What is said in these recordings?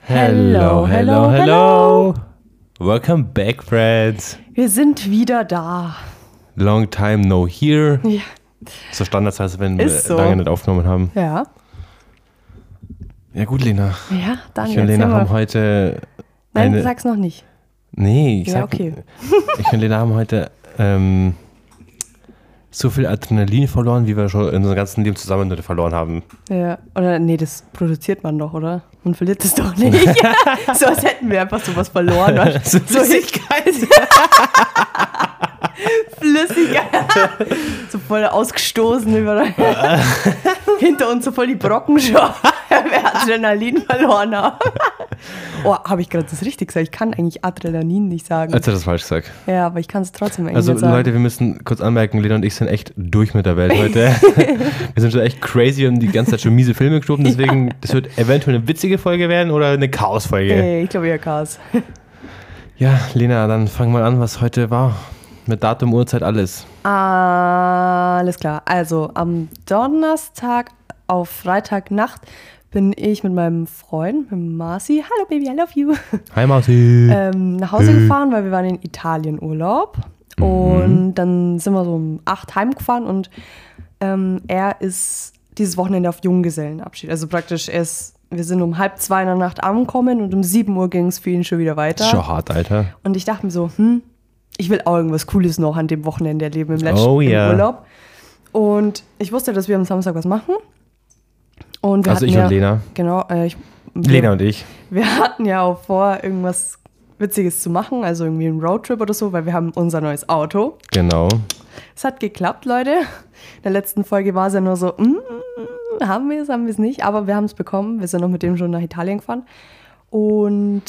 Hello, hello, hello. Welcome back, friends. Wir sind wieder da. Long time no here. Ja. Zur Standardzeit, wenn wir Ist so. lange nicht aufgenommen haben. Ja, Ja gut, Lena. ja Ich Daniel. und Lena erzähl mal. haben heute Nein, eine- sag's noch nicht. Nee, ich Ja, sag, okay. ich und Lena haben heute ähm, so viel Adrenalin verloren, wie wir schon in unserem ganzen Leben zusammen nicht verloren haben. Ja. Oder nee, das produziert man doch, oder? Man verliert es doch nicht. so als hätten wir einfach sowas verloren. So Flüssigkeit. Flüssigkeit. so voll ausgestoßen. wie wir da- Hinter uns so voll die Brocken schon. Wer Adrenalin verloren hat. oh, habe ich gerade das richtig gesagt? Ich kann eigentlich Adrenalin nicht sagen. Jetzt hat das falsch gesagt. Ja, aber ich kann es trotzdem eigentlich Äh, Also nicht sagen. Leute, wir müssen kurz anmerken, Lena und ich sind echt durch mit der Welt heute. wir sind schon echt crazy und die ganze Zeit schon miese Filme geschoben, deswegen das wird eventuell eine witzige Folge werden oder eine Chaosfolge. Ey, ich glaube, ja, Chaos. Ja, Lena, dann fang mal an, was heute war. Mit Datum, Uhrzeit, alles. Alles klar. Also am Donnerstag auf Freitagnacht bin ich mit meinem Freund, mit Marci, hallo Baby, I love you, Hi Marci. ähm, nach Hause gefahren, weil wir waren in Italien Urlaub. Und dann sind wir so um 8 heimgefahren und ähm, er ist dieses Wochenende auf Junggesellenabschied. Also praktisch, er ist, wir sind um halb zwei in der Nacht angekommen und um 7 Uhr ging es für ihn schon wieder weiter. ist schon hart, Alter. Und ich dachte mir so, hm, ich will auch irgendwas Cooles noch an dem Wochenende erleben im letzten Oh ja. im Urlaub. Und ich wusste, dass wir am Samstag was machen. Und wir Also hatten ich ja, und Lena. Genau, äh, ich, wir, Lena und ich. wir hatten ja auch vor, irgendwas Witziges zu machen, also irgendwie einen Roadtrip oder so, weil wir haben unser neues Auto. Genau. Es hat geklappt, Leute. In der letzten Folge war es ja nur so, mm, mm, haben wir es, haben wir es nicht, aber wir haben es bekommen. Wir sind noch mit dem schon nach Italien gefahren. Und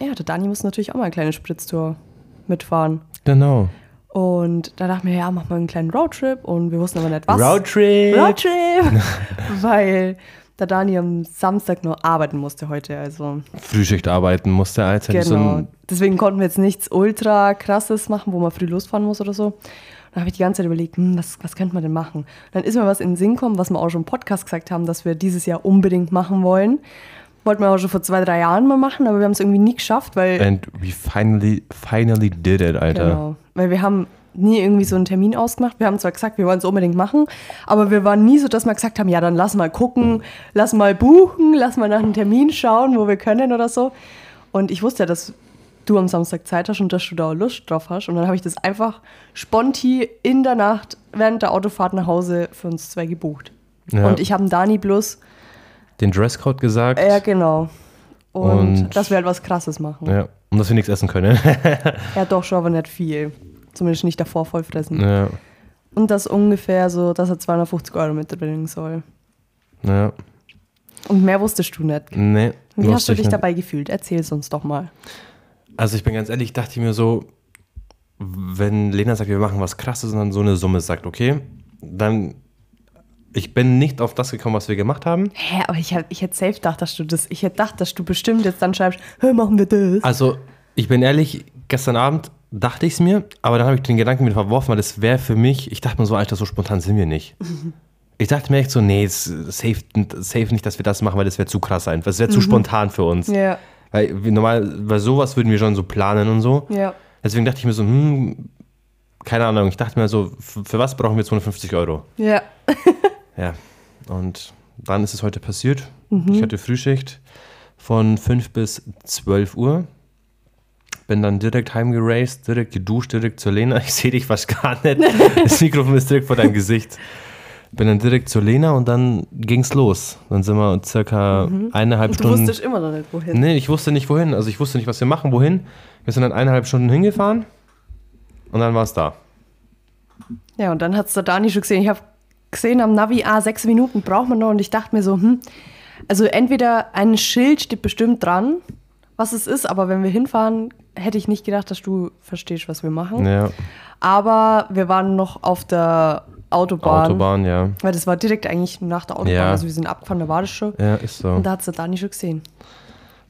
ja, der Dani muss natürlich auch mal eine kleine Spritztour mitfahren. Genau. Und da dachten wir, ja, machen wir einen kleinen Roadtrip und wir wussten aber nicht was. Roadtrip. Roadtrip! Weil der Dani am Samstag nur arbeiten musste heute, also Frühschicht arbeiten musste, Alter. Das ist So genau. ein, Deswegen konnten wir jetzt nichts ultra krasses machen, wo man früh losfahren muss oder so. Dann habe ich die ganze Zeit überlegt, hm, was, was könnte man denn machen? Dann ist mir was in den Sinn gekommen, was wir auch schon im Podcast gesagt haben, dass wir dieses Jahr unbedingt machen wollen. Wollten wir auch schon vor zwei, drei Jahren mal machen, aber wir haben es irgendwie nie geschafft, weil, and we finally, finally did it, Alter. genau, weil wir haben nie irgendwie so einen Termin ausgemacht. Wir haben zwar gesagt, wir wollen es unbedingt machen, aber wir waren nie so, dass wir gesagt haben, ja, dann lass mal gucken, lass mal buchen, lass mal nach einem Termin schauen, wo wir können oder so. Und ich wusste ja, dass du am Samstag Zeit hast und dass du da auch Lust drauf hast. Und dann habe ich das einfach sponti in der Nacht während der Autofahrt nach Hause für uns zwei gebucht. Ja. Und ich habe Dani bloß, Den Dresscode gesagt. ja genau. Und, Und- dass wir halt was Krasses machen. Ja, ja. Und dass wir nichts essen können. doch schon, aber nicht viel. Zumindest nicht davor vollfressen. ja. Und das ungefähr so, dass er 250 Euro mitbringen soll. Ja. Und mehr wusstest du nicht. Nee. Wie wusste ich hast du dich halt nicht. dabei gefühlt? Erzähl es uns doch mal. Also ich bin ganz ehrlich, dachte ich mir so, wenn Lena sagt, wir machen was krasses und dann so eine Summe sagt, okay, dann ich bin nicht auf das gekommen, was wir gemacht haben. Hä, aber ich, hab- ich hätte safe gedacht, dass du das, ich hätte gedacht, dass du bestimmt jetzt dann schreibst, hör, machen wir das. Also, ich bin ehrlich, gestern Abend dachte ich es mir, aber dann habe ich den Gedanken wieder verworfen, weil das wäre für mich, ich dachte mir so, Alter, so spontan sind wir nicht. Ich dachte mir echt so, nee, es- safe, safe nicht, dass wir das machen, weil das wäre zu krass sein. Das wäre zu spontan für uns. Mhm. Ja, Weil, wir normal, weil sowas würden wir schon so planen und so. ja. Deswegen dachte ich mir so, hm, keine Ahnung. Ich dachte mir so, f- für was brauchen wir 250 Euro? Ja, Ja. Und dann ist es heute passiert. Mhm. Ich hatte Frühschicht von 5 bis 12 Uhr. Bin dann direkt heimgeraced, direkt geduscht, direkt zur Lena. Ich sehe dich fast gar nicht. Das Mikrofon ist direkt vor deinem Gesicht. Bin dann direkt zur Lena und dann ging's los. Dann sind wir circa eineinhalb Mhm. du Stunden. wusstest immer noch nicht, wohin. Nee, ich wusste nicht wohin. Also ich wusste nicht, was wir machen, wohin. Wir sind dann eineinhalb Stunden hingefahren und dann war es da. Ja, und dann hat es der Dani schon gesehen. Ich habe gesehen am Navi, ah, sechs Minuten braucht man noch. Und ich dachte mir so, hm, also entweder ein Schild steht bestimmt dran, was es ist, aber wenn wir hinfahren, hätte ich nicht gedacht, dass du verstehst, was wir machen. Ja, Aber wir waren noch auf der Autobahn. Autobahn, ja. Weil das war direkt eigentlich nach der Autobahn. Ja. Also wir sind abgefahren, da war das schon. Ja, ist so. Und da hat es der Dani schon gesehen.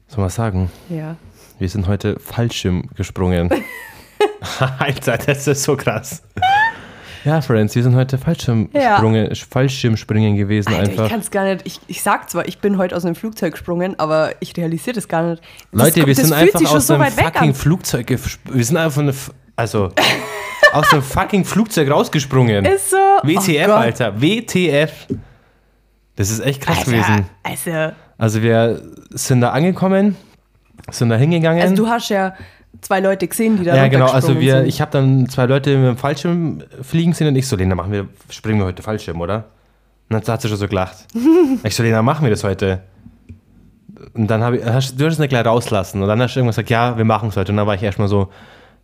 Soll man sagen, Ja. wir sind heute Fallschirm gesprungen. Alter, das ist so krass. Ja, Friends, wir sind heute Fallschirmsprünge, Fallschirmspringen gewesen Alter, ich einfach. kann es gar nicht. Ich, ich sag zwar, ich bin heute aus einem Flugzeug gesprungen, aber ich realisiere das gar nicht. Das, Leute, wir das sind fühlt einfach sich schon aus so einem weit weg fucking an. Flugzeug gef- Wir sind einfach von einem F- also aus dem fucking Flugzeug rausgesprungen. Ist so. WTF, oh Gott. Alter. WTF. Das ist echt krass gewesen. Alter, also, Also wir sind da angekommen, sind da hingegangen. also du hast ja zwei Leute gesehen, die da ja, genau, also runtergesprungen wir, sind. ich habe dann zwei Leute mit dem Fallschirm fliegen sehen und ich so, Lena, machen wir, springen wir heute Fallschirm, oder? Und dann hat sie schon so gelacht. ich so, Lena, machen wir das heute? Und dann habe ich, hast, du hast es nicht gleich rauslassen. Und dann hast du irgendwas gesagt, ja, wir machen es heute. Und dann war ich erstmal so,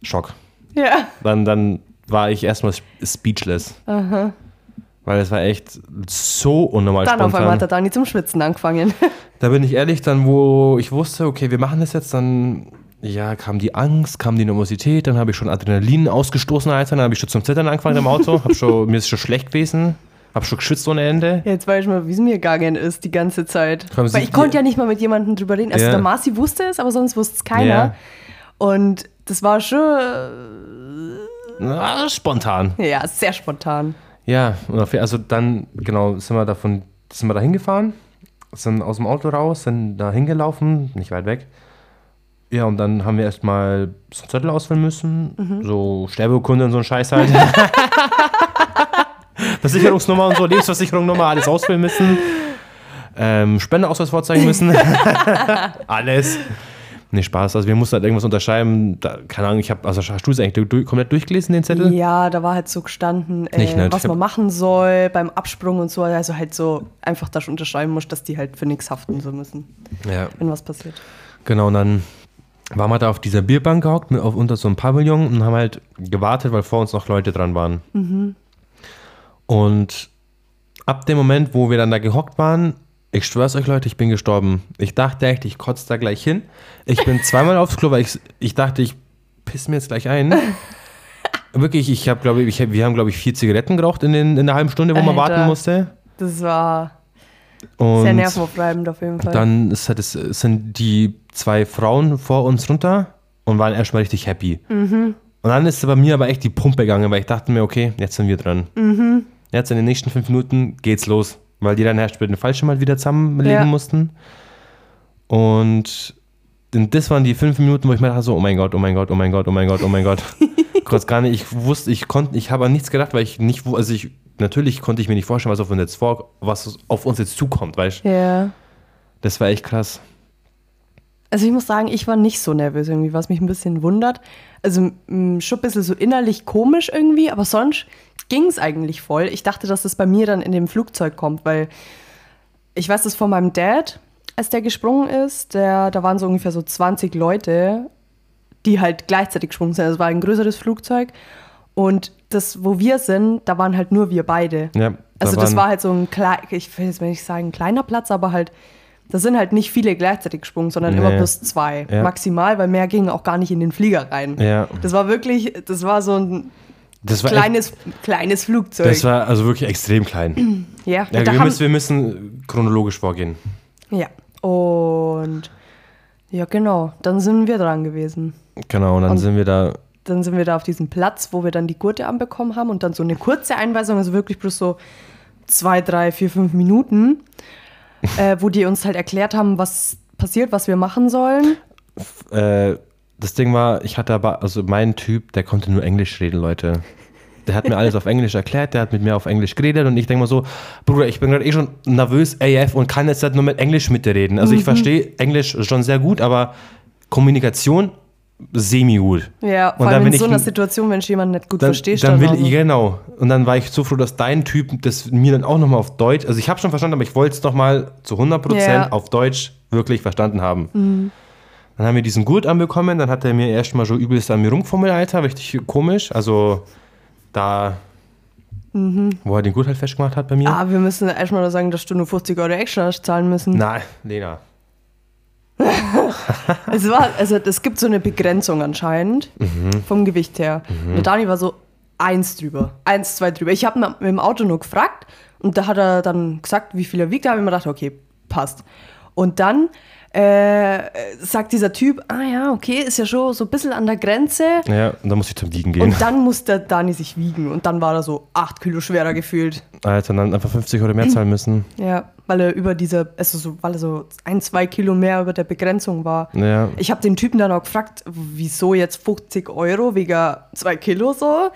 Schock. Ja. Dann, dann war ich erstmal speechless. Weil es war echt so unnormal Dann auf spontan. einmal hat der Dani zum Schwitzen angefangen. Da bin ich ehrlich, dann wo ich wusste, okay, wir machen das jetzt, dann ja, kam die Angst, kam die Nervosität, dann habe ich schon Adrenalin ausgestoßen, Alter, dann habe ich schon zum Zittern angefangen im Auto, hab schon, mir ist schon schlecht gewesen, habe schon geschwitzt ohne Ende. Ja, Jetzt weiß ich mal, wie es mir gegangen ist die ganze Zeit. Haben Sie- Weil ich konnte ja nicht mal mit jemandem drüber reden. Also Ja. der Marci wusste es, aber sonst wusste es keiner. Ja. Und das war schon Ah, spontan. äh, ja, sehr spontan. Ja, und auf- also dann, genau, sind wir davon, sind wir da hingefahren, sind aus dem Auto raus, sind da hingelaufen, nicht weit weg. Ja, und dann haben wir erstmal so einen Zettel ausfüllen müssen, so Sterbeurkunde und so ein Scheiß halt. Versicherungsnummer und so, Lebensversicherungsnummer, alles ausfüllen müssen. Ähm, Spendeausweis vorzeigen müssen. alles. Nee, Spaß. Also wir mussten halt irgendwas unterschreiben. Da, keine Ahnung, ich habe, also hast du es eigentlich du, komplett durchgelesen, den Zettel? Ja, da war halt so gestanden, äh, Hm. Nicht nett. was man machen soll beim Absprung und so. Also halt so einfach da schon unterschreiben muss, dass die halt für nichts haften so müssen, ja. wenn was passiert. Genau, und dann waren wir da auf dieser Bierbank gehockt, mit, auf, unter so einem Pavillon und haben halt gewartet, weil vor uns noch Leute dran waren. Mhm. Und ab dem Moment, wo wir dann da gehockt waren, ich schwör's euch, Leute, ich bin gestorben. Ich dachte echt, ich kotze da gleich hin. Ich bin zweimal aufs Klo, weil ich, ich dachte, ich piss mir jetzt gleich ein. Wirklich, ich habe, glaube ich, ich, hab- wir haben, glaube ich, vier Zigaretten geraucht in, den, in der halben Stunde, wo man Alter. warten musste. Das war Und sehr nervenaufreibend auf jeden Fall. dann ist halt, es sind die zwei Frauen vor uns runter und waren erstmal richtig happy. Mhm. Und dann ist bei mir aber echt die Pumpe gegangen, weil ich dachte mir, okay, jetzt sind wir dran. Mhm. Jetzt in den nächsten fünf Minuten geht's los, weil die dann erst mit dem Fallschirm mal wieder zusammenlegen Ja. mussten. Und denn das waren die fünf Minuten, wo ich mir dachte, so, oh mein Gott, oh mein Gott, oh mein Gott, oh mein Gott, oh mein Gott. Kurz gar nicht, ich wusste, ich konnte, ich habe an nichts gedacht, weil ich nicht, wu- also ich, natürlich konnte ich mir nicht vorstellen, was auf uns jetzt vor, was auf uns jetzt zukommt, weißt du. ja. Das war echt krass. Also ich muss sagen, ich war nicht so nervös irgendwie, was mich ein bisschen wundert. Also m, schon ein bisschen so innerlich komisch irgendwie, aber sonst ging es eigentlich voll. Ich dachte, dass das bei mir dann in dem Flugzeug kommt, weil ich weiß das von meinem Dad, als der gesprungen ist, der, da waren so ungefähr so 20 Leute, die halt gleichzeitig gesprungen sind. Also es war ein größeres Flugzeug und das, wo wir sind, da waren halt nur wir beide. Ja, da Also das waren- war halt so ein kleiner, ich will jetzt nicht sagen kleiner Platz, aber halt, da sind halt nicht viele gleichzeitig gesprungen, sondern immer Nee. bloß zwei Ja. maximal, weil mehr ging auch gar nicht in den Flieger rein. Ja. Das war wirklich, das war so ein Das war echt, kleines, kleines Flugzeug. das war also wirklich extrem klein. ja, Ja, da wir, haben- müssen, wir müssen chronologisch vorgehen. ja, und ja genau, dann sind wir dran gewesen. Genau, und dann sind wir da. dann sind wir da auf diesem Platz, wo wir dann die Gurte anbekommen haben und dann so eine kurze Einweisung, also wirklich bloß so zwei, drei, vier, fünf Minuten, äh, wo die uns halt erklärt haben, was passiert, was wir machen sollen. Äh, das Ding war, ich hatte aber, also mein Typ, der konnte nur Englisch reden, Leute. Der hat mir alles auf Englisch erklärt, der hat mit mir auf Englisch geredet und ich denke mal so, Bruder, ich bin gerade eh schon nervös AF und kann jetzt halt nur mit Englisch mit dir reden. Mhm. Also ich verstehe Englisch schon sehr gut, aber Kommunikation semi-gut. Ja, Und vor allem wenn in so ich- einer Situation, wenn ich jemanden nicht gut dann, verstehe, dann will auch ich, so. genau. Und dann war ich so froh, dass dein Typ das mir dann auch nochmal auf Deutsch, also ich habe schon verstanden, aber ich wollte es nochmal zu 100% Ja. Mhm. auf Deutsch wirklich verstanden haben. Dann haben wir diesen Gurt anbekommen, dann hat er mir erstmal so übelst an mir rumgefummelt, Alter, richtig komisch. Also da, wo er den Gurt halt festgemacht hat bei mir. Mhm. Ah, wir müssen erstmal nur sagen, dass du nur 50 Euro extra hast zahlen müssen. Nein, Lena. Es war, also es gibt so eine Begrenzung anscheinend vom Gewicht her. Der Dani war so eins drüber, eins, zwei drüber. Ich habe im Auto nur gefragt und da hat er dann gesagt, wie viel er wiegt. Da habe ich mir gedacht, okay, passt. Und dann äh, sagt dieser Typ, ah ja, okay, ist ja schon so ein bisschen an der Grenze. Ja, und dann muss ich zum Liegen gehen. Und dann muss der Dani sich wiegen. Und dann war er so acht Kilo schwerer gefühlt. Alter, dann einfach 50 Euro mehr zahlen müssen. Ja, weil er über diese, also so, weil er so ein, zwei Kilo mehr über der Begrenzung war. Ja. Ich habe den Typen dann auch gefragt, wieso jetzt 50 Euro wegen zwei Kilo so?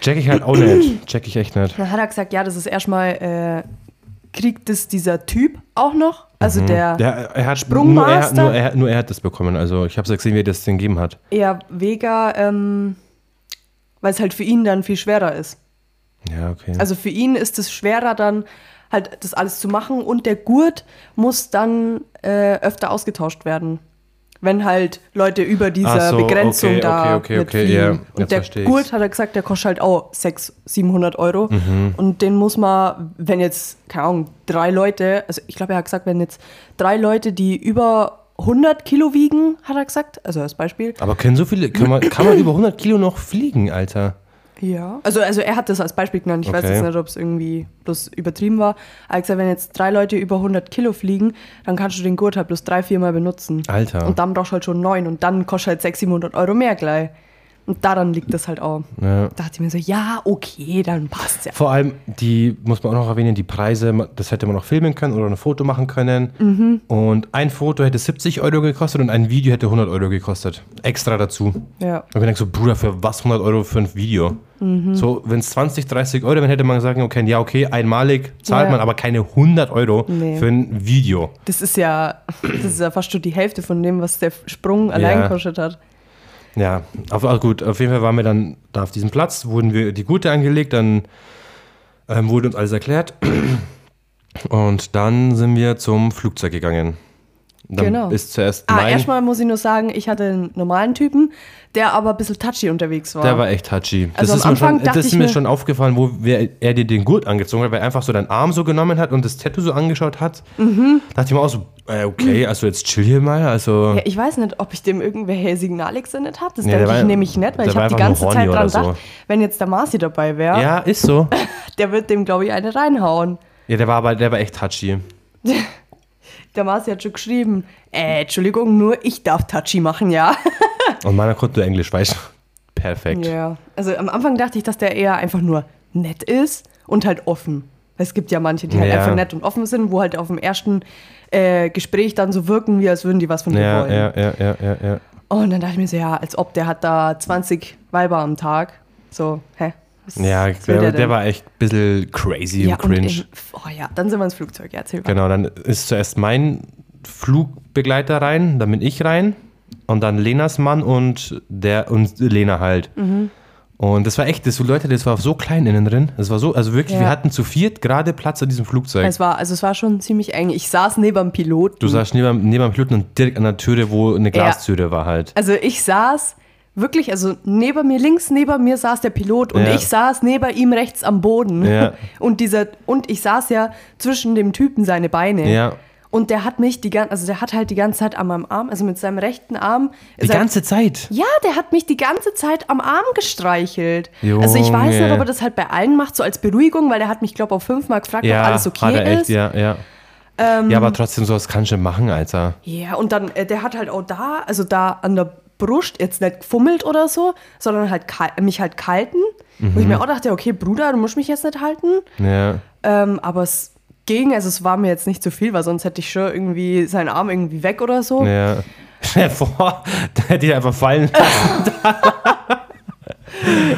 Check ich halt auch nicht. Check ich echt nicht. Dann hat er gesagt, ja, das ist erstmal, äh, kriegt es dieser Typ auch noch? Also der, Ja, er hat nur er, Sprungmaster? nur, er, nur er hat das bekommen. Also ich habe gesehen, wie er das denn gegeben hat. eher Vega, ähm, weil es halt für ihn dann viel schwerer ist. Ja, okay. Also für ihn ist es schwerer dann halt das alles zu machen und der Gurt muss dann äh, öfter ausgetauscht werden. Wenn halt Leute über Ach dieser so, Begrenzung okay, da okay, okay, mit okay, fliegen. ja, jetzt Und der versteh ich's. Gurt, hat er gesagt, der kostet halt auch 600, 700 Euro. Mhm. Und den muss man, wenn jetzt, keine Ahnung, drei Leute, also ich glaube, er hat gesagt, wenn jetzt drei Leute, die über 100 Kilo wiegen, hat er gesagt, also als Beispiel, Aber können so viele, kann man, kann man über 100 Kilo noch fliegen, Alter? Ja. Also, also er hat das als Beispiel genannt. Ich weiß Okay. jetzt nicht, ob es irgendwie bloß übertrieben war. Er hat gesagt, wenn jetzt drei Leute über 100 Kilo fliegen, dann kannst du den Gurt halt bloß drei, viermal benutzen. Alter. Und dann brauchst du halt schon neun und dann kostet halt 600, 700 Euro mehr gleich. Und daran liegt das halt auch. Ja. Da dachte ich mir so, ja, okay, dann passt ja. Vor allem, die muss man auch noch erwähnen, die Preise, ma- das hätte man noch filmen können oder ein Foto machen können. Mhm. Und ein Foto hätte 70 Euro gekostet und ein Video hätte 100 Euro gekostet. Extra dazu. Ja. Mhm. Und ich denke so, Bruder, für was 100 Euro für ein Video? So, wenn es 20, 30 Euro wären, hätte man gesagt, okay, ja, okay, einmalig zahlt Ja. man, aber keine 100 Euro Nee. für ein Video. Das ist ja, das ist ja fast schon die Hälfte von dem, was der Sprung allein Ja. kostet hat. Ja, auf, ah, gut, auf jeden Fall waren wir dann da auf diesem Platz, wurden wir die Gurte angelegt, dann ähm, wurde uns alles erklärt und dann sind wir zum Flugzeug gegangen. Dann Genau. ist zuerst Ah, mein, erstmal muss ich nur sagen, ich hatte einen normalen Typen, der aber ein bisschen touchy unterwegs war. der war echt touchy. Das Also am ist, mir Anfang schon, das dachte ist ich mir mir- schon aufgefallen, wo wer, er dir den Gurt angezogen hat, weil er einfach so deinen Arm so genommen hat und das Tattoo so angeschaut hat. Mhm. Dachte ich mir auch so, äh, okay, also jetzt chill hier mal, also... Ja, ich weiß nicht, ob ich dem irgendwelche Signale gesendet habe. Das Nee, denke der ich war- nämlich nicht, weil der ich war habe die einfach nur ganze Zeit horny dran oder gedacht, wenn jetzt der Marci dabei wäre, ja, ist so. der wird dem, glaube ich, eine reinhauen. ja, der war aber, der war echt touchy. Der Marci hat schon geschrieben, äh, Entschuldigung, nur ich darf Touchy machen, ja. Und meiner konnte nur Englisch, weißt du? Perfekt. Ja, also am Anfang dachte ich, dass der eher einfach nur nett ist und halt offen. Weil es gibt ja manche, die halt Ja. einfach nett und offen sind, wo halt auf dem ersten äh, Gespräch dann so wirken, wie als würden die was von dir Ja, wollen. Oh, ja, ja, ja, ja, ja. Und dann dachte ich mir so, ja, als ob der hat da 20 Weiber am Tag. So, hä? Was- Ja, was will der, denn? der war echt ein bisschen crazy ja, und cringe. Und im, oh ja, dann sind wir ins Flugzeug. Ja, erzähl mal. genau, dann ist zuerst mein Flugbegleiter rein, dann bin ich rein und dann Lenas Mann und der und Lena halt. Mhm. Und das war echt, das, Leute, das war so klein innen drin. Das war so, also wirklich, Ja. wir hatten zu viert gerade Platz in diesem Flugzeug. Es war, also mhm. es war schon ziemlich eng. Ich saß neben dem Piloten. du saßt neben, neben dem Piloten und direkt an der Türe, wo eine Glastüre war halt. Also ich saß wirklich, also neben mir, links neben mir saß der Pilot und Ja. ich saß neben ihm rechts am Boden. Ja. Und dieser, und ich saß ja zwischen dem Typen seine Beine. Ja. Und der hat mich die ganze, also der hat halt die ganze Zeit an meinem Arm, also mit seinem rechten Arm. Die sein- ganze Zeit. Ja, der hat mich die ganze Zeit am Arm gestreichelt. Junge. Also ich weiß nicht, ob er das halt bei allen macht, so als Beruhigung, weil der hat mich, glaube ich, auch fünfmal gefragt, Ja, ob alles okay hat er echt, ist. Ähm, ja, ja. ja, aber trotzdem, sowas kannst du machen, Alter. Ja, und dann, äh, der hat halt auch da, also da an der Brust, jetzt nicht gefummelt oder so, sondern halt kal- mich halt kalten. Wo ich Mhm. mir auch dachte, okay, Bruder, du musst mich jetzt nicht halten. Ja. Ähm, aber es ging, also es war mir jetzt nicht zu viel, weil sonst hätte ich schon irgendwie seinen Arm irgendwie weg oder so. Ja. Stell dir vor, da hätte ich einfach fallen.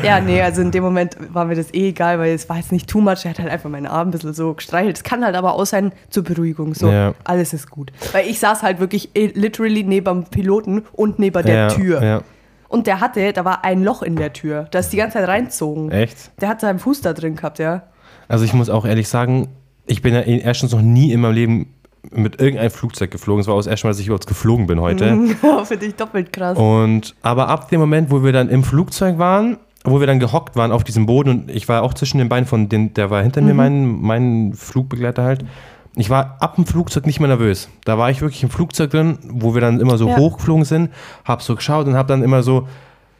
Ja, nee, also in dem Moment war mir das eh egal, weil es war jetzt nicht too much. Er hat halt einfach meinen Arm ein bisschen so gestreichelt. Es kann halt aber auch sein zur Beruhigung. So, Ja. alles ist gut. Weil ich saß halt wirklich eh literally neben dem Piloten und neben der ja, Tür. Ja. Und der hatte, da war ein Loch in der Tür. Da ist die ganze Zeit reingezogen. Echt? Der hat seinen Fuß da drin gehabt, ja. Also ich muss auch ehrlich sagen, ich bin ja eh- erstens noch nie in meinem Leben mit irgendeinem Flugzeug geflogen. Es war auch das erste Mal, dass ich überhaupt geflogen bin Mhm. heute. Finde ich doppelt krass. Oh, Und aber ab dem Moment, wo wir dann im Flugzeug waren, wo wir dann gehockt waren auf diesem Boden und ich war auch zwischen den Beinen von den, der war Mhm. hinter mir, mein, mein Flugbegleiter halt. Ich war ab dem Flugzeug nicht mehr nervös. Da war ich wirklich im Flugzeug drin, wo wir dann immer so Ja. hochgeflogen sind, hab so geschaut und hab dann immer so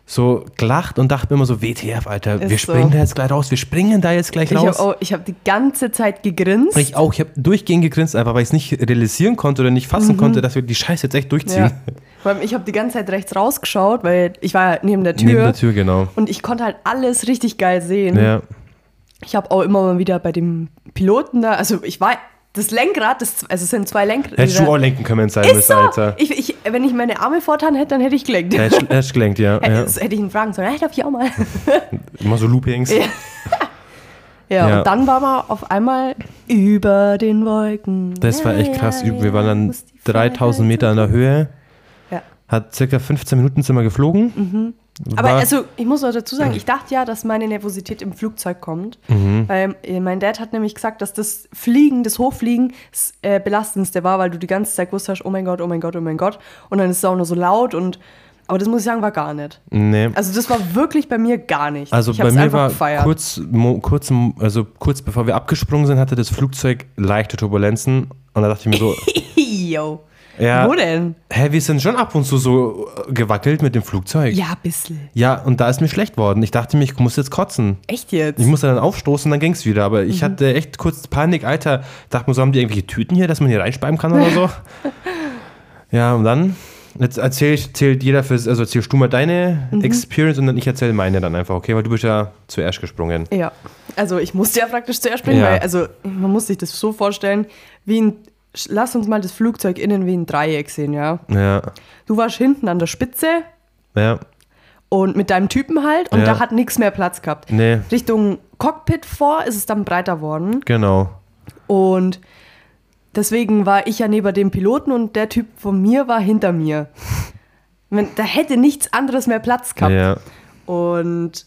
so gelacht und dachte mir immer so, WTF, Alter, Ist wir so. springen da jetzt gleich raus, wir springen da jetzt gleich Ich raus. habe oh, ich hab die ganze Zeit gegrinst. Ich auch, ich habe durchgehend gegrinst, einfach weil ich es nicht realisieren konnte oder nicht fassen konnte, dass wir die Scheiße jetzt echt durchziehen. Mhm. Ja. Vor allem, ich habe die ganze Zeit rechts rausgeschaut, weil ich war ja neben der Tür. Mhm. Neben der Tür, genau. Und ich konnte halt alles richtig geil sehen. Ja. Ich habe auch immer mal wieder bei dem Piloten da, also ich war, das Lenkrad, das, also es sind zwei Lenkräder. Hättest du auch lenken können, wenn es sein Ist müsste, so. Alter. Ich, ich, wenn ich meine Arme vortan hätte, dann hätte ich gelenkt. Da Hättest hättest du gelenkt, ja. ja. Das hätte ich ihn fragen sollen, hey, darf ich auch mal? Immer so Loopings. Ja. Ja, Ja. und dann war man auf einmal über den Wolken. Das war echt krass übel. Wir waren dann muss die Freiheit 3000 Meter in der Höhe, Ja. hat circa 15 Minuten sind wir geflogen. Aber War- Mhm. also, ich muss noch dazu sagen, ich dachte ja, dass meine Nervosität im Flugzeug kommt. Weil äh, mein Dad hat nämlich gesagt, dass das Fliegen, das Hochfliegen, das äh, belastendste war, weil du die ganze Zeit gewusst hast, oh mein Gott, oh mein Gott, oh mein Gott. Und dann ist es auch nur so laut und. Aber das muss ich sagen, war gar nicht. nee. Also, das war wirklich bei mir gar nicht. Also ich bei hab's mir einfach war gefeiert. kurz, mo, kurz, also kurz bevor wir abgesprungen sind, hatte das Flugzeug leichte Turbulenzen. Und da dachte ich mir so, Yo. ja, Wo denn? hä, wir sind schon ab und zu so äh, gewackelt mit dem Flugzeug. Ja, ein bisschen. Ja, und da ist mir schlecht worden. Ich dachte mir, ich muss jetzt kotzen. Echt jetzt? Ich musste dann aufstoßen, dann ging's wieder. Aber ich hatte echt kurz Panik, Alter. Dachte mir so, haben die irgendwelche Tüten hier, dass man hier reinspeiben kann oder so? ja, und dann, jetzt erzähl ich, zählt jeder fürs, also erzählst du mal deine Experience und dann ich erzähle meine dann einfach, okay? Weil du bist ja zuerst gesprungen. Ja, also ich musste ja praktisch zuerst springen, Ja. weil also man muss sich das so vorstellen, wie ein, lass uns mal das Flugzeug innen wie ein Dreieck sehen, ja. Ja, Du warst hinten an der Spitze ja, und mit deinem Typen halt und Ja. da hat nichts mehr Platz gehabt. Nee. Richtung Cockpit vor ist es dann breiter worden genau. und deswegen war ich ja neben dem Piloten und der Typ von mir war hinter mir. Wenn- Da hätte nichts anderes mehr Platz gehabt. Ja, Und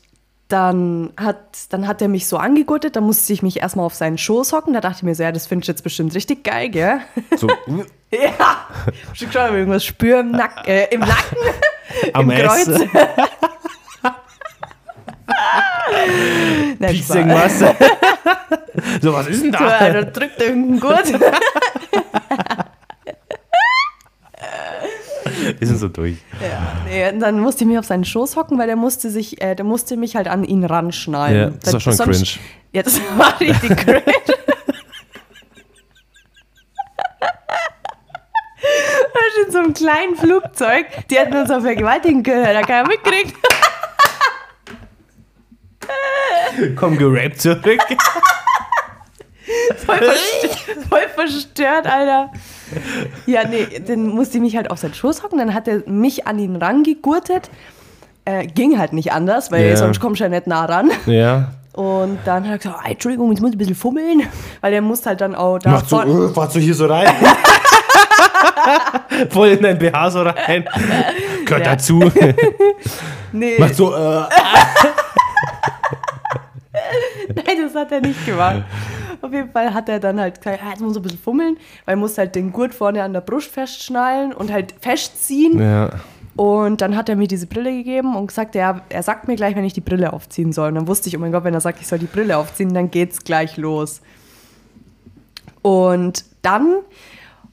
dann hat, dann hat er mich so angegurtet, da musste ich mich erstmal auf seinen Schoß hocken. Da dachte ich mir so, ja, das finde ich jetzt bestimmt richtig geil, gell? so uh, ja! Schon geschaut, ob ich irgendwas spüre im, Nack, äh, im Nacken, am im Kreuz. Essen. Nein, Pieks Spaß. irgendwas. so, was ist denn So, da? Alter, drückt irgendeinen Gurt. Wir sind so durch. Nee, und Äh, dann musste ich mich auf seinen Schoß hocken, weil der musste sich, äh, der musste mich halt an ihn ranschnallen. Ja, das war schon sonst- Ja, das war richtig cringe. Weißt du, In so einem kleinen Flugzeug, die hätten uns auch vergewaltigen können, da hat keiner mitgekriegt. Komm gerappt zurück. Voll verstört, voll verstört, Alter. Ja, nee, dann musste ich mich halt auf seinen Schoß hocken, dann hat er mich an ihn rangegurtet. Äh, ging halt nicht anders, weil Ja. sonst kommst du ja nicht nah ran. ja. Und dann hat er gesagt, "Ah, Entschuldigung, jetzt muss ich ein bisschen fummeln, weil der muss halt dann auch da Machst du, vorne- äh, fahrst du hier so rein? Voll in dein BH so rein. Gehört Ja. dazu. Nee, Machst du, äh, nein, das hat er nicht gemacht. Auf jeden Fall hat er dann halt gesagt, "Ah, jetzt muss ich ein bisschen fummeln, weil er muss halt den Gurt vorne an der Brust festschnallen und halt festziehen. ja. Und dann hat er mir diese Brille gegeben und gesagt, ja, er sagt mir gleich, wenn ich die Brille aufziehen soll. Und dann wusste ich, oh mein Gott, wenn er sagt, ich soll die Brille aufziehen, dann geht's gleich los. Und dann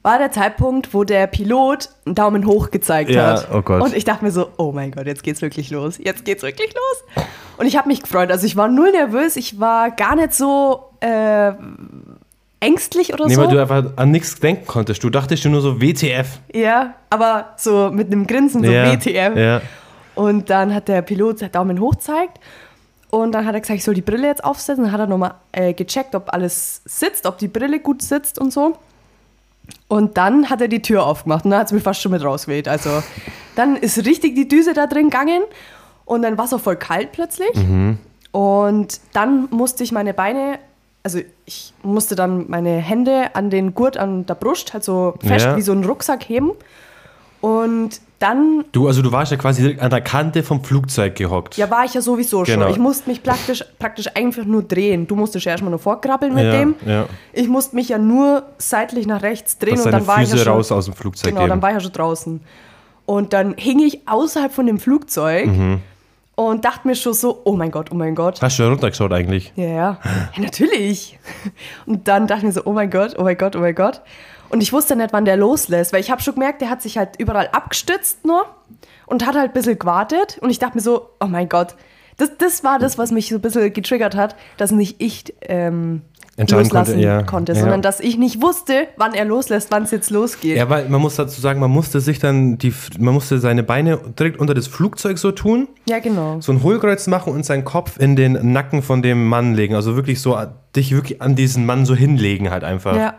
war der Zeitpunkt, wo der Pilot einen Daumen hoch gezeigt Ja, hat. oh Gott. Und ich dachte mir so, oh mein Gott, jetzt geht's wirklich los. Jetzt geht's wirklich los. Und ich habe mich gefreut. Also ich war null nervös, ich war gar nicht so äh, ängstlich oder Nee, so. weil du einfach an nichts denken konntest. Du dachtest dir nur so WTF. ja, aber so mit einem Grinsen, so ja. WTF. Ja. Und dann hat der Pilot seinen Daumen hoch zeigt. Und dann hat er gesagt, ich soll die Brille jetzt aufsetzen. Dann hat er nochmal äh, gecheckt, ob alles sitzt, ob die Brille gut sitzt und so. Und dann hat er die Tür aufgemacht und dann hat es mich fast schon mit rausgeweht. Also dann ist richtig die Düse da drin gegangen und dann war es auch voll kalt plötzlich. Und dann musste ich meine Beine, also ich musste dann meine Hände an den Gurt an der Brust halt so fest Ja. wie so einen Rucksack heben. Und dann Du, also du warst ja quasi direkt an der Kante vom Flugzeug gehockt. ja, war ich ja sowieso Genau. schon. Ich musste mich praktisch, praktisch einfach nur drehen. Du musstest ja erstmal nur vorkrabbeln mit Ja, dem. ja. Ich musste mich ja nur seitlich nach rechts drehen Dass und deine dann war Füße ich ja schon, raus aus dem Flugzeug Genau, dann geben. war ich ja schon draußen. Und dann hing ich außerhalb von dem Flugzeug Mhm. und dachte mir schon so, oh mein Gott, oh mein Gott. Hast du ja runtergeschaut eigentlich. Ja, ja. ja, natürlich. Und dann dachte ich mir so, oh mein Gott, oh mein Gott, oh mein Gott. Und ich wusste nicht, wann der loslässt, weil ich habe schon gemerkt, der hat sich halt überall abgestützt nur und hat halt ein bisschen gewartet. Und ich dachte mir so, oh mein Gott, das, das war das, was mich so ein bisschen getriggert hat, dass nicht ich ähm, Entscheiden loslassen konnte, konnte, ja. Ja. sondern dass ich nicht wusste, wann er loslässt, wann es jetzt losgeht. Ja, weil man muss dazu sagen, man musste sich dann die, man musste seine Beine direkt unter das Flugzeug so tun, ja genau. so ein Hohlkreuz machen und seinen Kopf in den Nacken von dem Mann legen. Also wirklich so, an- dich wirklich an diesen Mann so hinlegen halt einfach. Ja.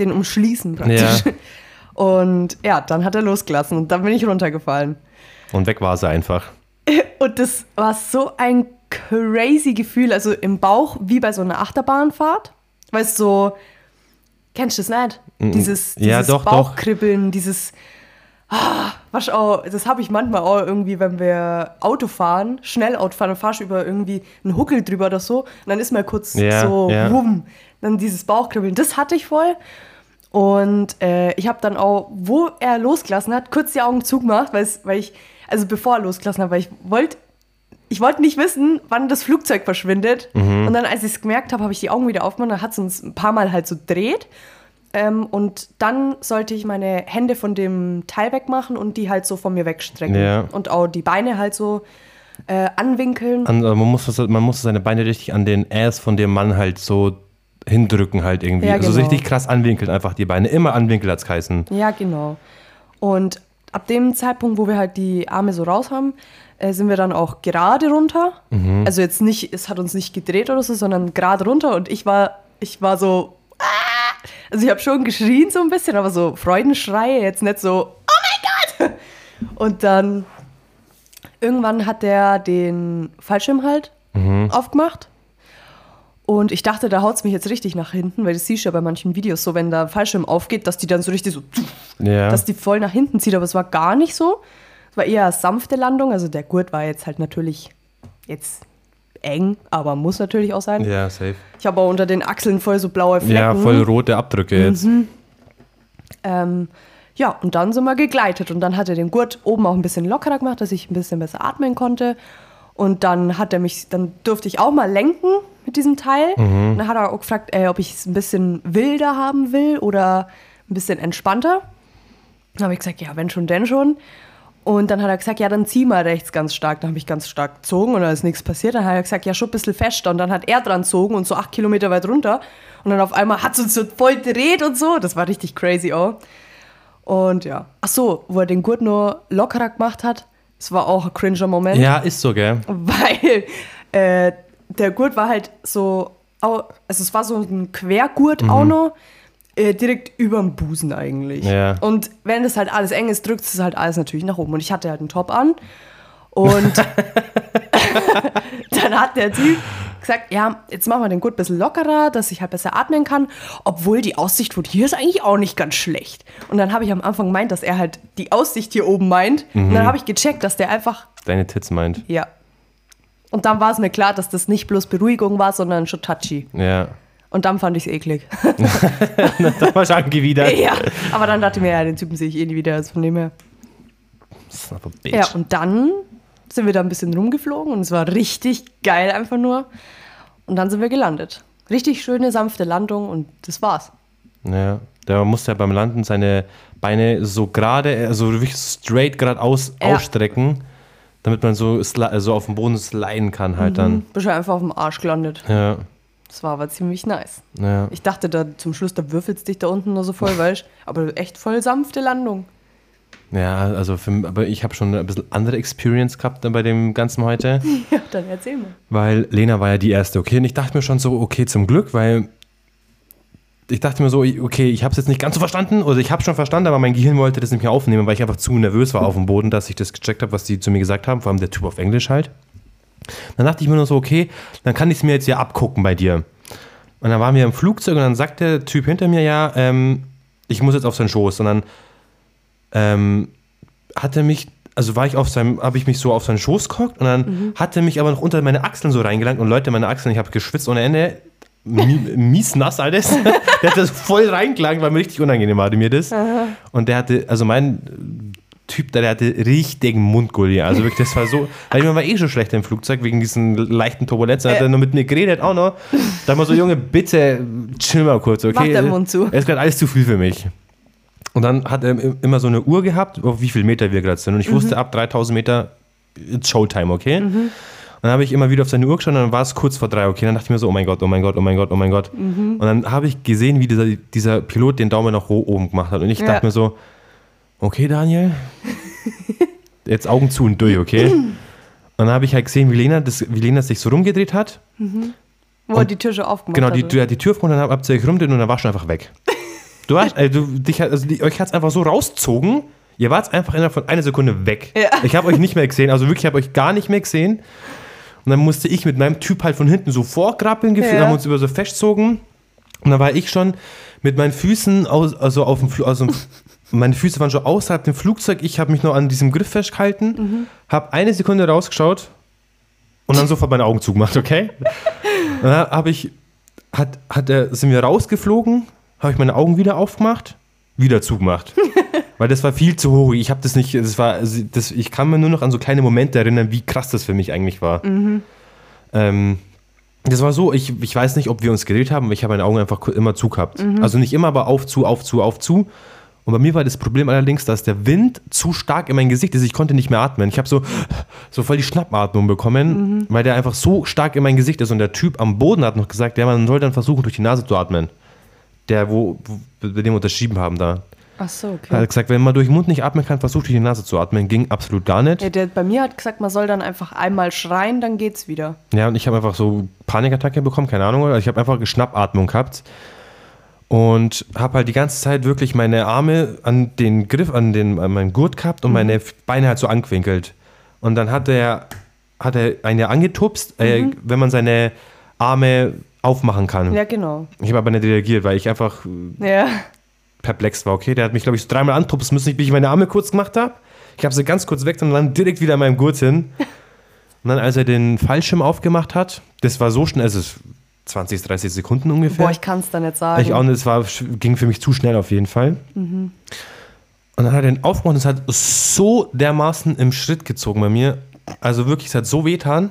Den umschließen praktisch. Ja. Und ja, dann hat er losgelassen und dann bin ich runtergefallen. Und weg war sie einfach. Und das war so ein crazy Gefühl, also im Bauch wie bei so einer Achterbahnfahrt. Weißt du, so, kennst du das nicht? Dieses, dieses Ja, doch, doch. Bauchkribbeln, dieses, ah, was auch, das habe ich manchmal auch irgendwie, wenn wir Auto fahren, schnell Auto fahren, dann fahrst du über irgendwie einen Huckel drüber oder so und dann ist mal kurz Ja, so ja. wumm, dann dieses Bauchkribbeln, das hatte ich voll. Und äh, ich habe dann auch, wo er losgelassen hat, kurz die Augen zugemacht, weil es- weil ich, also bevor er losgelassen hat, weil ich wollte, ich wollte nicht wissen, wann das Flugzeug verschwindet. Mhm. Und dann, als ich es gemerkt habe, habe ich die Augen wieder aufgemacht, dann hat es uns ein paar Mal halt so dreht. Ähm, und dann sollte ich meine Hände von dem Teil wegmachen und die halt so von mir wegstrecken. Ja. Und auch die Beine halt so äh, anwinkeln. An, man, musste, man musste seine Beine richtig an den Ass von dem Mann halt so hindrücken halt irgendwie. Ja, Also genau. richtig krass anwinkeln einfach die Beine. Immer anwinkeln hat's geheißen. Ja, genau. Und ab dem Zeitpunkt, wo wir halt die Arme so raus haben, äh, sind wir dann auch gerade runter. Also jetzt nicht, es hat uns nicht gedreht oder so, sondern gerade runter. Und ich war, ich war so, "Ah!" also ich habe schon geschrien so ein bisschen, aber so Freudenschreie, jetzt nicht so, oh mein Gott! Und dann irgendwann hat der den Fallschirm halt aufgemacht. Und ich dachte, da haut es mich jetzt richtig nach hinten, weil das siehst du ja bei manchen Videos so, wenn der Fallschirm aufgeht, dass die dann so richtig so Ja. dass die voll nach hinten zieht, aber es war gar nicht so. Es war eher eine sanfte Landung, also der Gurt war jetzt halt natürlich jetzt eng, aber muss natürlich auch sein. ja, safe. Ich habe auch unter den Achseln voll so blaue Flecken. Mhm. Ja, voll rote Abdrücke jetzt. Ähm, ja, und dann sind wir gegleitet und dann hat er den Gurt oben auch ein bisschen lockerer gemacht, dass ich ein bisschen besser atmen konnte. Und dann hat er mich, dann durfte ich auch mal lenken mit diesem Teil. Mhm. Und dann hat er auch gefragt, ey, ob ich es ein bisschen wilder haben will oder ein bisschen entspannter. Dann habe ich gesagt, ja, wenn schon, denn schon. Und dann hat er gesagt, ja, dann zieh mal rechts ganz stark. Dann habe ich ganz stark gezogen und da ist nichts passiert. Dann hat er gesagt, ja, schon ein bisschen fester. Und dann hat er dran gezogen und so acht Kilometer weit runter. Und dann auf einmal hat es uns so voll dreht und so. Das war richtig crazy auch. Und ja. Ach so, wo er den Gurt nur lockerer gemacht hat, das war auch ein cringer Moment. Ja, ist so, gell? Weil äh, der Gurt war halt so, au- also es war so ein Quergurt auch noch, äh, direkt überm Busen eigentlich. Ja. Und wenn das halt alles eng ist, drückt es halt alles natürlich nach oben. Und ich hatte halt einen Top an. Und dann hat der Typ gesagt, ja, jetzt machen wir den Gurt ein bisschen lockerer, dass ich halt besser atmen kann, obwohl die Aussicht von hier ist eigentlich auch nicht ganz schlecht. Und dann habe ich am Anfang gemeint, dass er halt die Aussicht hier oben meint. Und dann habe ich gecheckt, dass der einfach Deine Tits meint. ja. Und dann war es mir klar, dass das nicht bloß Beruhigung war, sondern schon touchy. Ja. Und dann fand ich es eklig. Das war schon angewidert. ja. Aber dann dachte ich mir, ja, den Typen sehe ich eh nie wieder, also von dem her. Son of a bitch. Ja, und dann sind wir da ein bisschen rumgeflogen und es war richtig geil einfach nur. Und dann sind wir gelandet. Richtig schöne, sanfte Landung und das war's. Ja, der musste ja beim Landen seine Beine so gerade, also wirklich straight geradeaus Ja. ausstrecken, damit man so, sli- also auf dem Boden sliden kann halt dann. Bist ja einfach auf dem Arsch gelandet. Ja, Das war aber ziemlich nice. ja. Ich dachte da zum Schluss, da würfelst dich da unten nur so voll, weißt Aber echt voll sanfte Landung. Ja, also für, m- aber ich habe schon ein bisschen andere Experience gehabt dann bei dem Ganzen heute, Ja, dann erzähl mal. weil Lena war ja die Erste, okay? Und ich dachte mir schon so, okay, zum Glück, weil ich dachte mir so, ich- okay, ich habe es jetzt nicht ganz so verstanden, oder ich habe schon verstanden, aber mein Gehirn wollte das nicht mehr aufnehmen, weil ich einfach zu nervös war auf dem Boden, dass ich das gecheckt habe, was die zu mir gesagt haben, vor allem der Typ auf Englisch halt. Dann dachte ich mir nur so, okay, dann kann ich es mir jetzt ja abgucken bei dir. Und dann waren wir im Flugzeug und dann sagt der Typ hinter mir, ja, ähm, ich muss jetzt auf seinen Schoß. Und dann ähm, hat er mich, also war ich auf seinem, habe ich mich so auf seinen Schoß gehockt und dann Mhm. hat er mich aber noch unter meine Achseln so reingelangt. Und Leute, meine Achseln, ich habe geschwitzt ohne Ende. Mi- Mies nass alles. der hat das voll reingelangt, war mir richtig unangenehm, war mir das. Und der hatte, also mein Typ, da, der hatte richtigen Mundgulli. Also wirklich, das war so. Weil ich mir war eh schon schlecht im Flugzeug wegen diesen leichten Turbulenzen. Äh. Hat er noch mit mir geredet, auch noch. Da hat man so, Junge, bitte chill mal kurz, okay? Mach deinen Mund zu. Es ist gerade alles zu viel für mich. Und dann hat er im- immer so eine Uhr gehabt, auf wie viel Meter wir gerade sind. Und ich wusste, ab 3000 Meter it's Showtime, okay? Und dann habe ich immer wieder auf seine Uhr geschaut und dann war es kurz vor drei, okay? Dann dachte ich mir so, oh mein Gott, oh mein Gott, oh mein Gott, oh mein Gott. Und dann habe ich gesehen, wie dieser, dieser Pilot den Daumen nach oben gemacht hat. Und ich Ja. dachte mir so, okay, Daniel, jetzt Augen zu und durch, okay? Und dann habe ich halt gesehen, wie Lena, das, wie Lena sich so rumgedreht hat. Wo er die Tür schon aufgemacht Genau, die, hatte. die hat die Tür aufgemacht und dann habt ihr euch rumgedreht und dann war schon einfach weg. Du hast, also, du, dich, hat- also die, euch hat es einfach so rausgezogen, ihr wart einfach innerhalb von einer Sekunde weg. Ja. Ich habe euch nicht mehr gesehen, also wirklich, ich habe euch gar nicht mehr gesehen. Und dann musste ich mit meinem Typ halt von hinten so vorkrabbeln gefühlt, Ja. haben uns über so festgezogen. Und dann war ich schon mit meinen Füßen aus, also auf dem, Fl aus dem meine Füße waren schon außerhalb dem Flugzeug. Ich habe mich noch an diesem Griff festgehalten, habe eine Sekunde rausgeschaut und dann sofort meine Augen zugemacht, okay? Und dann habe ich, hat, hat er, sind wir rausgeflogen, habe ich meine Augen wieder aufgemacht, wieder zugemacht. Weil das war viel zu hoch. Ich habe das nicht, das war, das, ich kann mir nur noch an so kleine Momente erinnern, wie krass das für mich eigentlich war. Ähm, das war so, ich, ich weiß nicht, ob wir uns geredet haben, aber ich habe meine Augen einfach ku- immer zu gehabt. Also nicht immer, aber auf, zu, auf, zu, auf, zu. Und bei mir war das Problem allerdings, dass der Wind zu stark in mein Gesicht ist. Ich konnte nicht mehr atmen. Ich habe so, so voll die Schnappatmung bekommen, weil der einfach so stark in mein Gesicht ist. Und der Typ am Boden hat noch gesagt, ja, man soll dann versuchen, durch die Nase zu atmen. Der, wo, wo wir dem unterschrieben haben da. Ach so, okay. Er hat gesagt, wenn man durch den Mund nicht atmen kann, versucht durch die Nase zu atmen. Ging absolut gar nicht. Ja, der bei mir hat gesagt, man soll dann einfach einmal schreien, dann geht's wieder. Ja, und ich habe einfach so Panikattacke bekommen, keine Ahnung. Also ich habe einfach Schnappatmung gehabt und habe halt die ganze Zeit wirklich meine Arme an den Griff, an, den, an meinen Gurt gehabt und meine Beine halt so angewinkelt. Und dann hat er, hat er eine angetupst, äh, wenn man seine Arme aufmachen kann. Ja, genau. Ich habe aber nicht reagiert, weil ich einfach Ja. perplex war. Okay, der hat mich, glaube ich, so dreimal antupsen müssen, wie ich meine Arme kurz gemacht habe. Ich habe sie ganz kurz weg und dann direkt wieder an meinem Gurt hin. Und dann, als er den Fallschirm aufgemacht hat, das war so schnell, also es- 20, 30 Sekunden ungefähr. Boah, ich kann's da nicht Mhm. sagen. Ich auch nicht, es war, ging für mich zu schnell auf jeden Fall. Und dann hat er den aufgemacht und es hat so dermaßen im Schritt gezogen bei mir. Also wirklich, es hat so wehtan.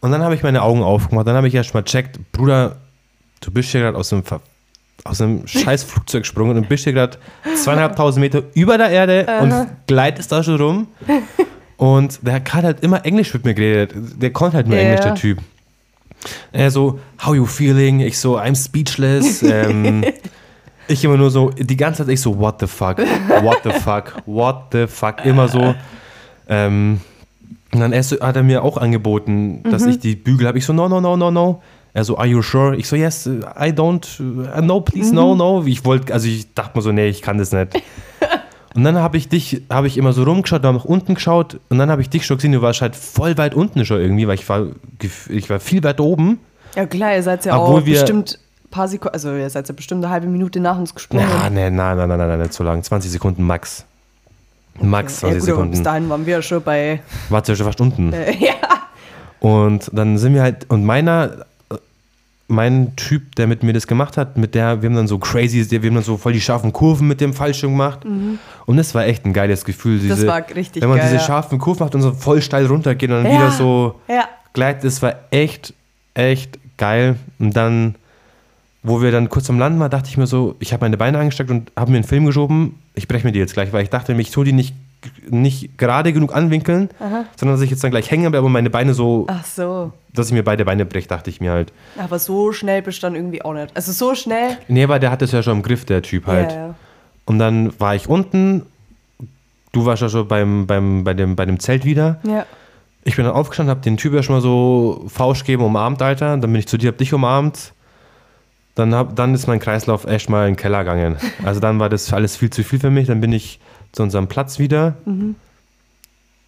Und dann habe ich meine Augen aufgemacht. Dann habe ich erst mal checkt, Bruder, du bist hier gerade aus dem, Ver- aus einem scheiß Flugzeug gesprungen und bist hier gerade zweieinhalbtausend Meter über der Erde und gleitest da schon rum. Und der hat halt immer Englisch mit mir geredet. Der konnte halt nur Ja. Englisch, der Typ. Er so, how you feeling? Ich so, I'm speechless. Ähm, ich immer nur so, die ganze Zeit ich so, what the fuck, what the fuck, what the fuck, immer so. Ähm, und dann erst so- hat er mir auch angeboten, dass Mhm. ich die Bügel habe. Ich so, no, no, no, no, no. Er so, are you sure? Ich so, yes, I don't, uh, no, please, Mhm. no, no. Ich wollte, also ich dachte mir so, nee, ich kann das nicht. Und dann habe ich dich, habe ich immer so rumgeschaut, dann nach unten geschaut und dann habe ich dich schon gesehen, du warst halt voll weit unten schon irgendwie, weil ich war, gef- ich war viel weit oben. ja, klar, ihr seid ja Obwohl auch wir- bestimmt ein paar Sekunden, also ihr seid ja bestimmt eine halbe Minute nach uns gesprungen. Ja, nee, nein, nein, nein, nein, nein, nicht so lang. 20 Sekunden max. Max 20 ja gut, aber bis Sekunden. dahin waren wir ja schon bei. Warte ja schon fast unten. Äh, ja. Und dann sind wir halt, und meiner, äh, mein Typ, der mit mir das gemacht hat, mit der, wir haben dann so crazy, wir haben dann so voll die scharfen Kurven mit dem Fallschirm gemacht. Und das war echt ein geiles Gefühl. Diese, Mhm. war richtig Wenn man geil, diese ja. scharfen Kurven macht und so voll steil runtergeht und dann Ja. wieder so Ja. gleitet, das war echt, echt geil. Und dann, wo wir dann kurz am Landen waren, dachte ich mir so, ich habe meine Beine angesteckt und habe mir einen Film geschoben, ich breche mir die jetzt gleich, weil ich dachte, ich tue die nicht, nicht gerade genug anwinkeln, sondern dass ich jetzt dann gleich hängen bleibe und meine Beine so Ach so. dass ich mir beide Beine breche, dachte ich mir halt. Aber so schnell bist du dann irgendwie auch nicht. Also so schnell. Nee, aber der hat das ja schon im Griff, der Typ halt. Ja, ja. Und dann war ich unten, du warst ja schon beim, beim, bei, dem, bei dem Zelt wieder. ja. Ich bin dann aufgestanden, hab den Typ ja schon mal so Faust geben, umarmt, Alter. Dann bin ich zu dir, hab dich umarmt. Dann, hab, dann ist mein Kreislauf echt mal in den Keller gegangen. Also dann war das alles viel zu viel für mich. Dann bin ich zu unserem Platz wieder.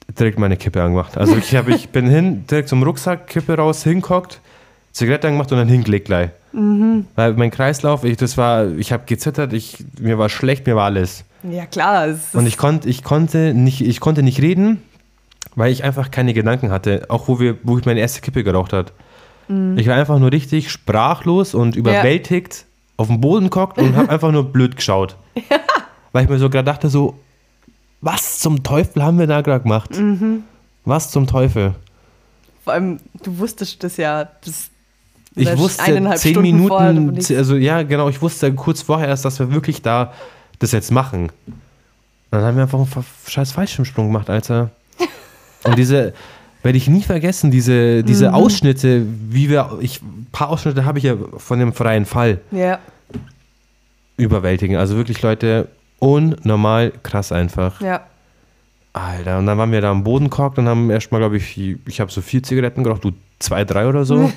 Direkt meine Kippe angemacht. Also ich, hab, ich bin hin, direkt zum Rucksack, Kippe raus, hinguckt, Zigarette angemacht und dann hingelegt gleich. Weil mein Kreislauf, ich, das war, ich habe gezittert, ich, mir war schlecht, mir war alles. Ja, klar. Es Und ich, konnt, ich, konnte nicht, ich konnte nicht reden, weil ich einfach keine Gedanken hatte. Auch wo, wir, wo ich meine erste Kippe geraucht hat. Ich war einfach nur richtig sprachlos und überwältigt auf dem Boden gehockt und habe einfach nur blöd geschaut. Weil ich mir so gerade dachte, so, was zum Teufel haben wir da gerade gemacht? Was zum Teufel? Vor allem, du wusstest das ja. Das Ich Oder wusste eineinhalb zehn Stunden Minuten, vorher, damit nichts- also ja, genau, ich wusste kurz vorher erst, dass wir wirklich da das jetzt machen. Und dann haben wir einfach einen ver- scheiß Fallschirmsprung gemacht, Alter. Und diese, werde ich nie vergessen, diese, diese Mhm. Ausschnitte, wie wir, ich, ein paar Ausschnitte habe ich ja von dem freien Fall ja, überwältigen. Also wirklich, Leute, unnormal krass einfach. ja. Alter, und dann waren wir da am Boden korkt und haben erstmal, glaube ich, ich habe so vier Zigaretten geraucht, du zwei, drei oder so.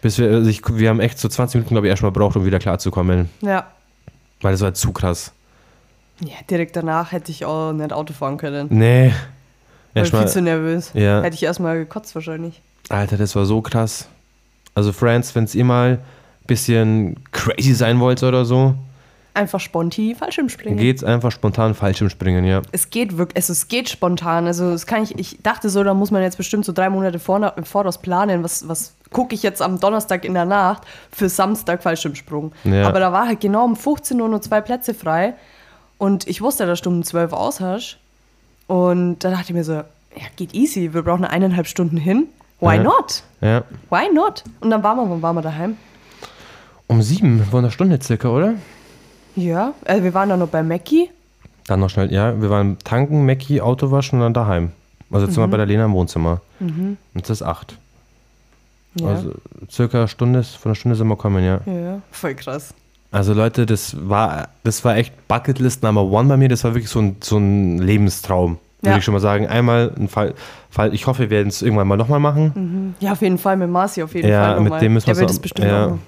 Bis wir, also ich, wir haben echt so 20 Minuten, glaube ich, erstmal braucht, um wieder klarzukommen. Ja. Weil das war zu krass. Ja, direkt danach hätte ich auch nicht Auto fahren können. Nee. War viel Erstmal, zu nervös. Ja. Hätte ich erstmal gekotzt wahrscheinlich. Alter, das war so krass. Also, Friends, wenn ihr mal ein bisschen crazy sein wollt oder so, Einfach sponti Fallschirmspringen. geht's einfach spontan falsch im Springen, ja. Es geht wirklich, also es geht spontan. Also es kann ich, ich dachte so, da muss man jetzt bestimmt so drei Monate vor, im Voraus planen, was, was gucke ich jetzt am Donnerstag in der Nacht für Samstag Fallschirmsprung. Ja. Aber da war halt genau um 15 Uhr nur zwei Plätze frei und ich wusste, dass du um 12 Uhr aus hast. Und da dachte ich mir so, ja, geht easy, wir brauchen eineinhalb Stunden hin. Why Ja. not? Ja. Why not? Und dann waren wir, wann waren wir daheim? Um sieben, vor einer Stunde circa, oder? Ja, äh, wir waren dann noch bei Mackie. Dann noch schnell, ja, wir waren tanken, Mackie, Auto waschen und dann daheim. Also jetzt sind wir bei der Lena im Wohnzimmer. Und es ist acht. Mhm. Ja. Also circa eine Stunde, ist- von einer Stunde sind wir kommen, ja. ja, voll krass. Also Leute, das war, das war echt Bucketlist Number One bei mir. Das war wirklich so ein, so ein Lebenstraum. Würde Ja. ich schon mal sagen. Einmal ein Fall, Fall ich hoffe, wir werden es irgendwann mal nochmal machen. Ja, auf jeden Fall mit Marci, auf jeden Fall. Ja, mit nochmal. dem müssen wir Der wird so- es bestimmt ja. auch noch.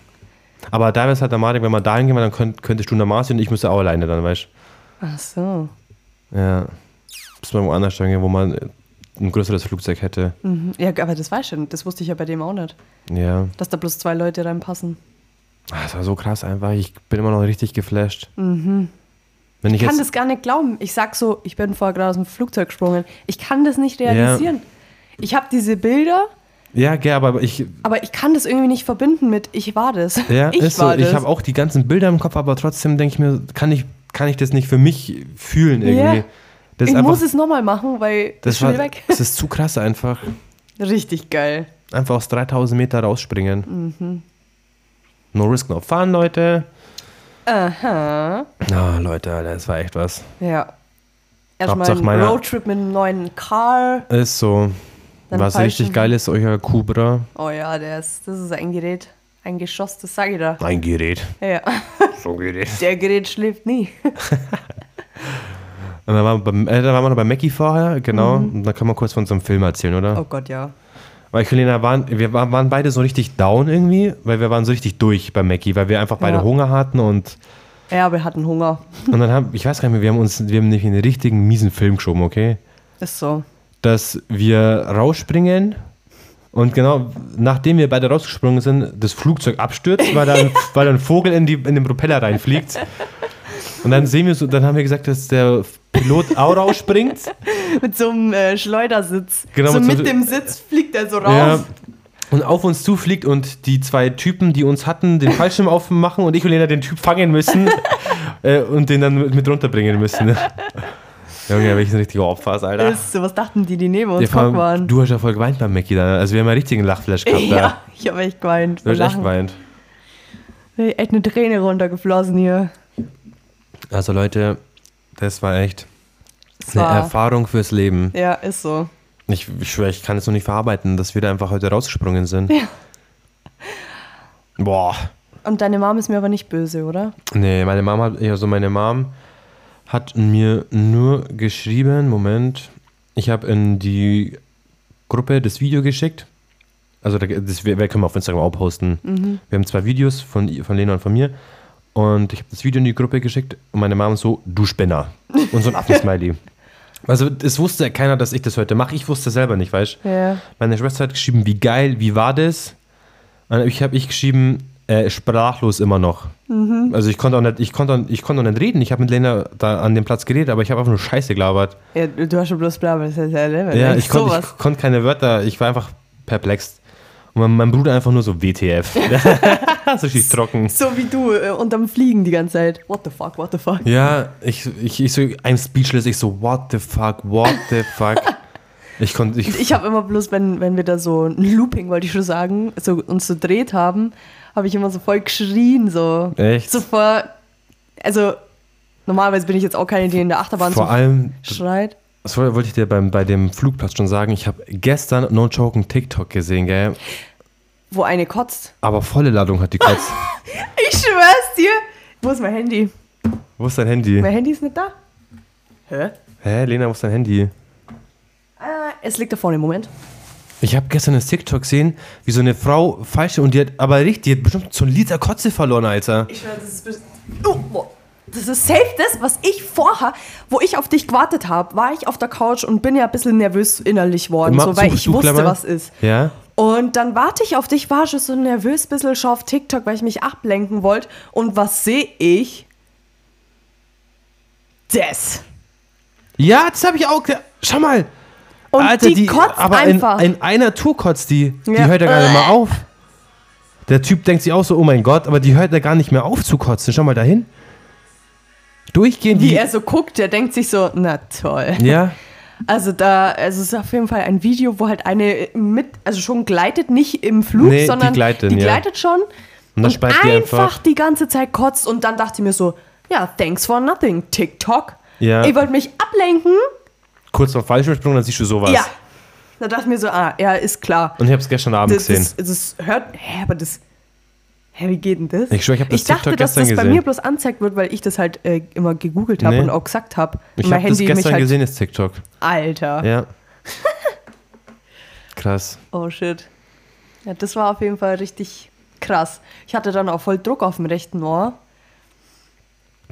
Aber da wäre es halt der Martin, wenn wir dahin gehen, weil dann könnt, könntest du und der Marci und ich müsste auch alleine dann, weißt Ach so. du? Ja. Bis man woanders gehen, wo man ein größeres Flugzeug hätte. Mhm. Ja, aber das weiß ich schon. Das wusste ich ja bei dem auch nicht. Ja. Dass da bloß zwei Leute reinpassen. Ah, Das war so krass einfach. Ich bin immer noch richtig geflasht. Wenn ich Ich Mhm. kann jetzt, das gar nicht glauben. Ich sag so, ich bin vorher gerade aus dem Flugzeug gesprungen. Ich kann das nicht realisieren. Ich habe diese Bilder, ja, gell, aber ich, aber ich kann das irgendwie nicht verbinden mit ich war das. ja, ich ist so. Ich habe auch die ganzen Bilder im Kopf, aber trotzdem denke ich mir, kann ich, kann ich das nicht für mich fühlen irgendwie. Ja. Das ist ich einfach, muss es nochmal machen, weil das das ist schon war, wieder weg. es ist zu krass einfach. Richtig geil. Einfach aus 3000 Meter rausspringen. Mhm. No risk, no fun, Leute. Aha. Na, Leute, Alter, das war echt was. Ja. Erstmal Hauptsache ein meiner- Roadtrip mit einem neuen Car. Ist so. Dann was falsch richtig machen. geil ist, euer Cobra. Oh ja, der ist, das ist ein Gerät. Ein Geschoss, das sage ich da. Ein Gerät. Ja. So ein Gerät. Der Gerät schläft nie. Und dann waren wir, beim, äh, dann waren wir noch bei Mackie vorher, genau. Und dann kann man kurz von unserem Film erzählen, oder? Mhm. Oh Gott, ja. Weil ich und Lena waren, wir waren, waren beide so richtig down irgendwie, weil wir waren so richtig durch bei Mackie, weil wir einfach beide Ja. Hunger hatten und, Ja, wir hatten Hunger. und dann haben, ich weiß gar nicht mehr, wir haben uns, wir haben nämlich einen richtigen miesen Film geschoben, okay? Ist so. Dass wir rausspringen und genau nachdem wir beide rausgesprungen sind, das Flugzeug abstürzt, weil dann, weil dann ein Vogel in, die, in den Propeller reinfliegt. Und dann sehen wir so, dann haben wir gesagt, dass der Pilot auch rausspringt. Mit so einem äh, Schleudersitz. Genau, so mit so- mit dem Sitz fliegt er so raus. Ja. Und auf uns zufliegt und die zwei Typen, die uns hatten, den Fallschirm aufmachen und ich und Lena den Typ fangen müssen äh, und den dann mit runterbringen müssen. Junge, welches ein richtiger Opfer, Alter. Ist so, was dachten die, die neben Ja, uns vor ja, allem, waren? du hast ja voll geweint beim Mackie da. Also wir haben ja richtig einen Lachflash gehabt da. ja, ich habe echt geweint. Du vor hast echt Lachen. geweint. Mir ist Echt eine Träne runtergeflossen hier. Also Leute, das war echt Es eine war, Erfahrung fürs Leben. ja, ist so. Ich, ich schwöre, ich kann es noch nicht verarbeiten, dass wir da einfach heute rausgesprungen sind. Ja. Boah. Und deine Mom ist mir aber nicht böse, oder? Nee, meine Mom hat, also meine Mom hat mir nur geschrieben, Moment, ich habe in die Gruppe das Video geschickt. Also da- das wir- wir können wir auf Instagram auch posten. Wir haben zwei Videos von, i- von Lena und von mir. Und ich habe das Video in die Gruppe geschickt und meine Mom so, du Spinner. Und so ein Affen-Smiley. Also es wusste ja keiner, dass ich das heute mache. Ich wusste selber nicht, weißt du? Ja. Meine Schwester hat geschrieben, wie geil, wie war das? Und ich habe ich geschrieben, äh, sprachlos immer noch. Also ich konnte auch nicht, ich konnte, auch- ich konnte auch nicht reden. Ich habe mit Lena da an dem Platz geredet, aber ich habe einfach nur Scheiße gelabert. ja du hast schon bloß bla, bla, bla, bla, bla, bla. Ja, ich konnte, ne? sowas. ich konnte keine Wörter, ich war einfach perplex. Und mein, mein Bruder einfach nur so WTF. so richtig trocken. So wie du äh, unterm Fliegen die ganze Zeit. What the fuck, what the fuck. Ja, ich, ich, ich so, I'm speechless. Ich so, what the fuck, what the fuck. Ich konnte, ich, Ich habe immer bloß, wenn, wenn wir da so ein Looping, wollte ich schon sagen, so uns so dreht haben, habe ich immer so voll geschrien. So. Echt? So vor, also normalerweise bin ich jetzt auch keine, die in der Achterbahn vor so allem, schreit. das woll- wollte ich dir beim, bei dem Flugplatz schon sagen, ich habe gestern, no joke, einen TikTok gesehen, gell? Wo eine kotzt. Aber volle Ladung hat die kurz. Ich schwör's dir. Wo ist mein Handy? wo ist dein Handy? Mein Handy ist nicht da. Hä? Hä, Lena, wo ist dein Handy? Ah, es liegt da vorne im Moment. Ich habe gestern das TikTok gesehen, wie so eine Frau falsche und die hat aber richtig, die hat bestimmt so einen Liter Kotze verloren, Alter. Ich schwör, das ist bes- oh, boah. Das ist safe das, was ich vorher, wo ich auf dich gewartet habe, war ich auf der Couch und bin ja ein bisschen nervös innerlich worden, Ma- so, weil suchst ich du, wusste, Klammer? was ist. Ja? Und dann warte ich auf dich, war schon so nervös, bisschen schon auf TikTok, weil ich mich ablenken wollte. Und was sehe ich? Das. Ja, das habe ich auch. ge- Schau mal. Und Alter, die, kotzt aber einfach. In, in einer Tour kotzt die. Die Ja. Äh. hört ja gar nicht mal auf. Der Typ denkt sich auch so, oh mein Gott, aber die hört ja gar nicht mehr auf zu kotzen. Schau mal dahin. Durchgehend Wie die- er so guckt, der denkt sich so, na toll. Ja. Also da, also es ist auf jeden Fall ein Video, wo halt eine mit, also schon gleitet, nicht im Flug, Nee, die sondern gleiten, die ja. gleitet schon. Und dann speit die einfach. die ganze Zeit kotzt und dann dachte ich mir so, ja, thanks for nothing, TikTok. Ja. Ihr wollt mich ablenken? Kurz vor Fallschirmsprung, dann siehst du sowas. Ja. Da dachte ich mir so, ah, ja, ist klar. Und ich habe es gestern Abend Das, gesehen. das, das hört, hä, aber das, hä, wie geht denn das? Ich schwör, ich hab das dachte, TikTok dass gestern das bei gesehen. mir bloß angezeigt wird, weil ich das halt äh, immer gegoogelt habe Nee. und auch gesagt habe. Ich habe das gestern halt, gesehen, das TikTok. Alter. Ja. Krass. Oh shit. Ja, das war auf jeden Fall richtig krass. Ich hatte dann auch voll Druck auf dem rechten Ohr.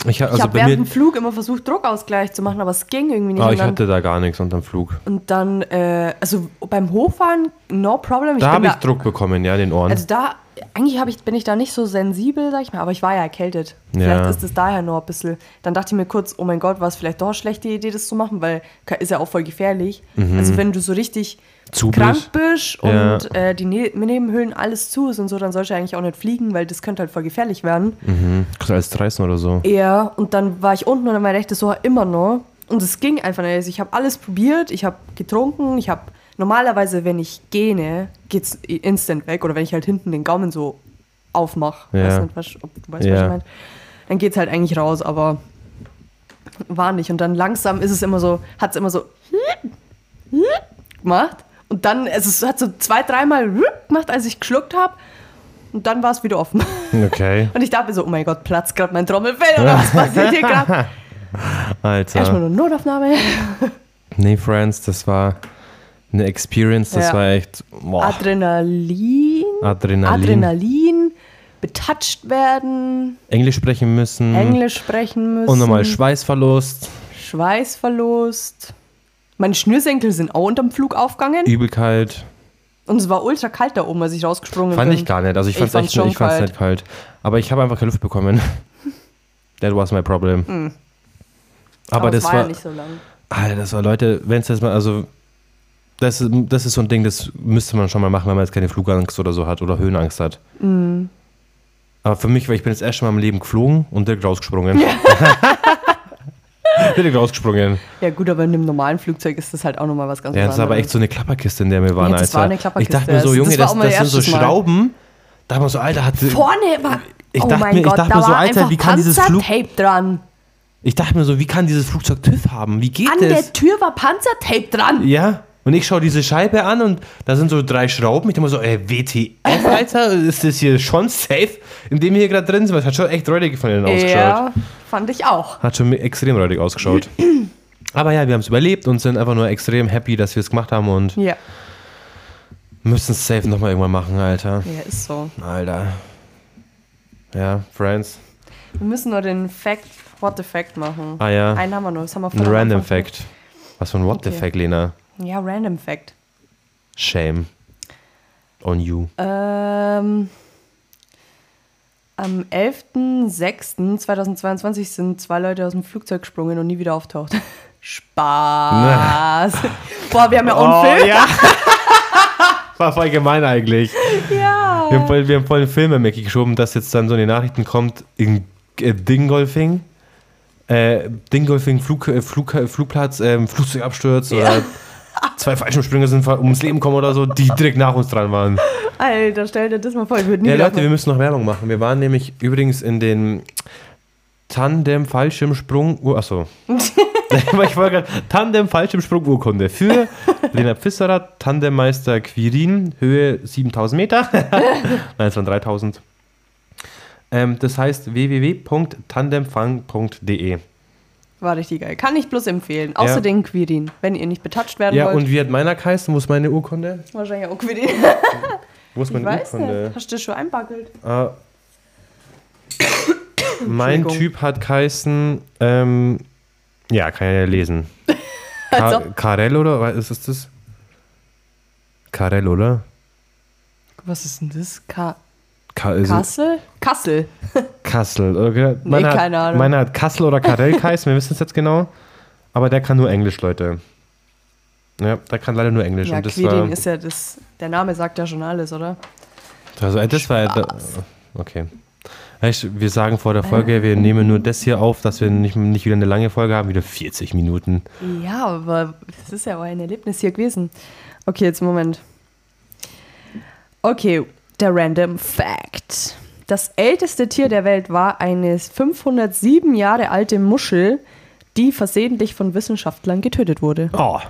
Ich, ha- Ich also habe bei während dem mir, Flug immer versucht, Druckausgleich zu machen, aber es ging irgendwie nicht. ah, und, ich dann, hatte da gar nichts unterm Flug. und dann, äh, also beim Hochfahren, no problem. Ich Da bin habe ich Druck bekommen, ja, in den Ohren. Also da, eigentlich hab ich, bin ich da nicht so sensibel, sag ich mal, aber ich war ja erkältet. Ja. Vielleicht ist es daher nur ein bisschen. Dann dachte ich mir kurz, oh mein Gott, war es vielleicht doch eine schlechte Idee, das zu machen, weil ka- ist ja auch voll gefährlich. Also wenn du so richtig Mhm. Zu krank bist. bist und Ja. äh, die ne Nebenhöhlen alles zu ist und so, dann sollst du eigentlich auch nicht fliegen, weil das könnte halt voll gefährlich werden. Hm, Kannst du alles reißen oder so. Ja, und dann war ich unten und dann war ich das so immer noch. Und es ging einfach nicht. Also ich habe alles probiert, ich habe getrunken, ich habe normalerweise, wenn ich gähne, geht's instant weg oder wenn ich halt hinten den Gaumen so aufmache. Ja. Weiß nicht, was, ob du weißt, was Ja. ich meine. Dann geht's halt eigentlich raus, aber war nicht. Und dann langsam ist es immer so, hat's immer so gemacht. Und dann, also es hat so zwei, dreimal gemacht, als ich geschluckt habe. Und dann war es wieder offen. Okay. Und ich dachte mir so, oh mein Gott, platzt gerade mein Trommelfell oder was passiert hier gerade? Erstmal Alter. nur Notaufnahme. Nee, Friends, das war eine Experience. Das Ja. war echt boah, Adrenalin, Adrenalin. Adrenalin, betatscht werden, Englisch sprechen müssen. Englisch sprechen müssen, Mhm. Und nochmal Schweißverlust, Schweißverlust. Meine Schnürsenkel sind auch unterm Flug aufgegangen. Übelkeit. Und es war ultra kalt da oben, als ich rausgesprungen Fand bin. ich gar nicht. Also ich Ich fand's fand's echt schon ich fand's nicht kalt. Aber ich habe einfach keine Luft bekommen. That was my problem. Aber, Hm. Aber das es war, war, ja nicht so lang. Alter, das war Leute, wenn es jetzt mal, also das ist, das ist so ein Ding, das müsste man schon mal machen, wenn man jetzt keine Flugangst oder so hat oder Höhenangst hat. Mhm. Aber für mich, weil ich bin jetzt erst schon mal im Leben geflogen und direkt rausgesprungen. direkt rausgesprungen. Ja gut, aber in einem normalen Flugzeug ist das halt auch nochmal was ganz Ja, das anderes. war aber echt so eine Klapperkiste, in der wir waren, Ja, das Alter. war eine ich dachte Klapperkiste. mir so, Das- Junge, das war das, auch das, mein sind so erstes Mal. Schrauben. Da haben wir so, Alter, hat, Vorne war... Ich oh dachte mein mir- ich Gott, dachte da mir so, war Alter, einfach wie kann dieses Flug- Panzertape dran. ich dachte mir so, wie kann dieses Flugzeug TÜV haben? Wie geht An das? der Tür war Panzertape dran. Ja. Und ich schaue diese Scheibe an und da sind so drei Schrauben. Ich denke mir so, äh, ey, WTF, Alter, ist das hier schon safe, in dem wir hier gerade drin sind? Weil es hat schon echt räudig von denen ausgeschaut. Ja, fand ich auch. Hat schon extrem räudig ausgeschaut. Aber ja, wir haben es überlebt und sind einfach nur extrem happy, dass wir es gemacht haben und Ja. müssen es safe nochmal irgendwann machen, Alter. Ja, ist so. Alter. Ja, Friends. Wir müssen nur den Fact, What the Fact machen. Ah ja, ein Einen haben wir nur, das haben wir vorhin Random angefangen. Fact. Was für ein What the Okay. Fact, Lena? Ja, Random Fact. Shame. On you. Ähm, am 11.06.2022 sind zwei Leute aus dem Flugzeug gesprungen und nie wieder auftaucht. Oh, Spaß. Boah, wir haben ja auch einen Film. ja. War voll gemein eigentlich. Ja. Wir haben voll, wir haben voll einen Film in Mackie geschoben, dass jetzt dann so in den Nachrichten kommt, in äh, Dingolfing, äh, Dingolfing Flug, äh, Flug, äh, Flugplatz, ähm, Flugzeugabsturz oder zwei Fallschirmspringer sind ver- ums Leben gekommen oder so, die direkt nach uns dran waren. Alter, stell dir das mal vor, ich würde nie Ja, wieder Leute, wir müssen noch Werbung machen. Wir waren nämlich übrigens in den Tandem-Fallschirmsprung. Uh, achso. Aber ich wollte gerade Tandem-Fallschirmsprung-Urkunde für Lena Pfisserer, Tandemmeister Quirin, Höhe 7000 Meter. Nein, es waren 3000. Ähm, das heißt www.tandemfang.de. War richtig geil. Kann ich bloß empfehlen. Außerdem Quirin, wenn ihr nicht betatscht werden Ja, wollt. und wie hat meiner geheißen? Wo ist meine Urkunde? Wahrscheinlich auch Quirin. Wo ist Ich meine weiß Urkunde? nicht. Hast du schon einbackelt? Ah. mein Entschuldigung. Typ hat geheißen, ähm, ja, kann ja lesen. Ka Also. Karel oder was ist ist das? Karel, oder? Was ist denn das? Ka Ka ist Kassel? Kassel. Kassel, okay. Meiner hat, keine Ahnung. Meiner hat Kassel oder Karel geheißen, wir wissen es jetzt genau. Aber der kann nur Englisch, Leute. Ja, der kann leider nur Englisch. Ja, und das Quirin war, ist ja das. Der Name sagt ja schon alles, oder? also, äh, das war äh, da- Okay. Echt, Wir sagen vor der Äh. Folge, wir nehmen nur das hier auf, dass wir nicht, nicht wieder eine lange Folge haben, wieder 40 Minuten. Ja, aber es ist ja auch ein Erlebnis hier gewesen. Okay, jetzt Moment. Okay, der Random Fact. Das älteste Tier der Welt war eine 507 Jahre alte Muschel, die versehentlich von Wissenschaftlern getötet wurde. Oh.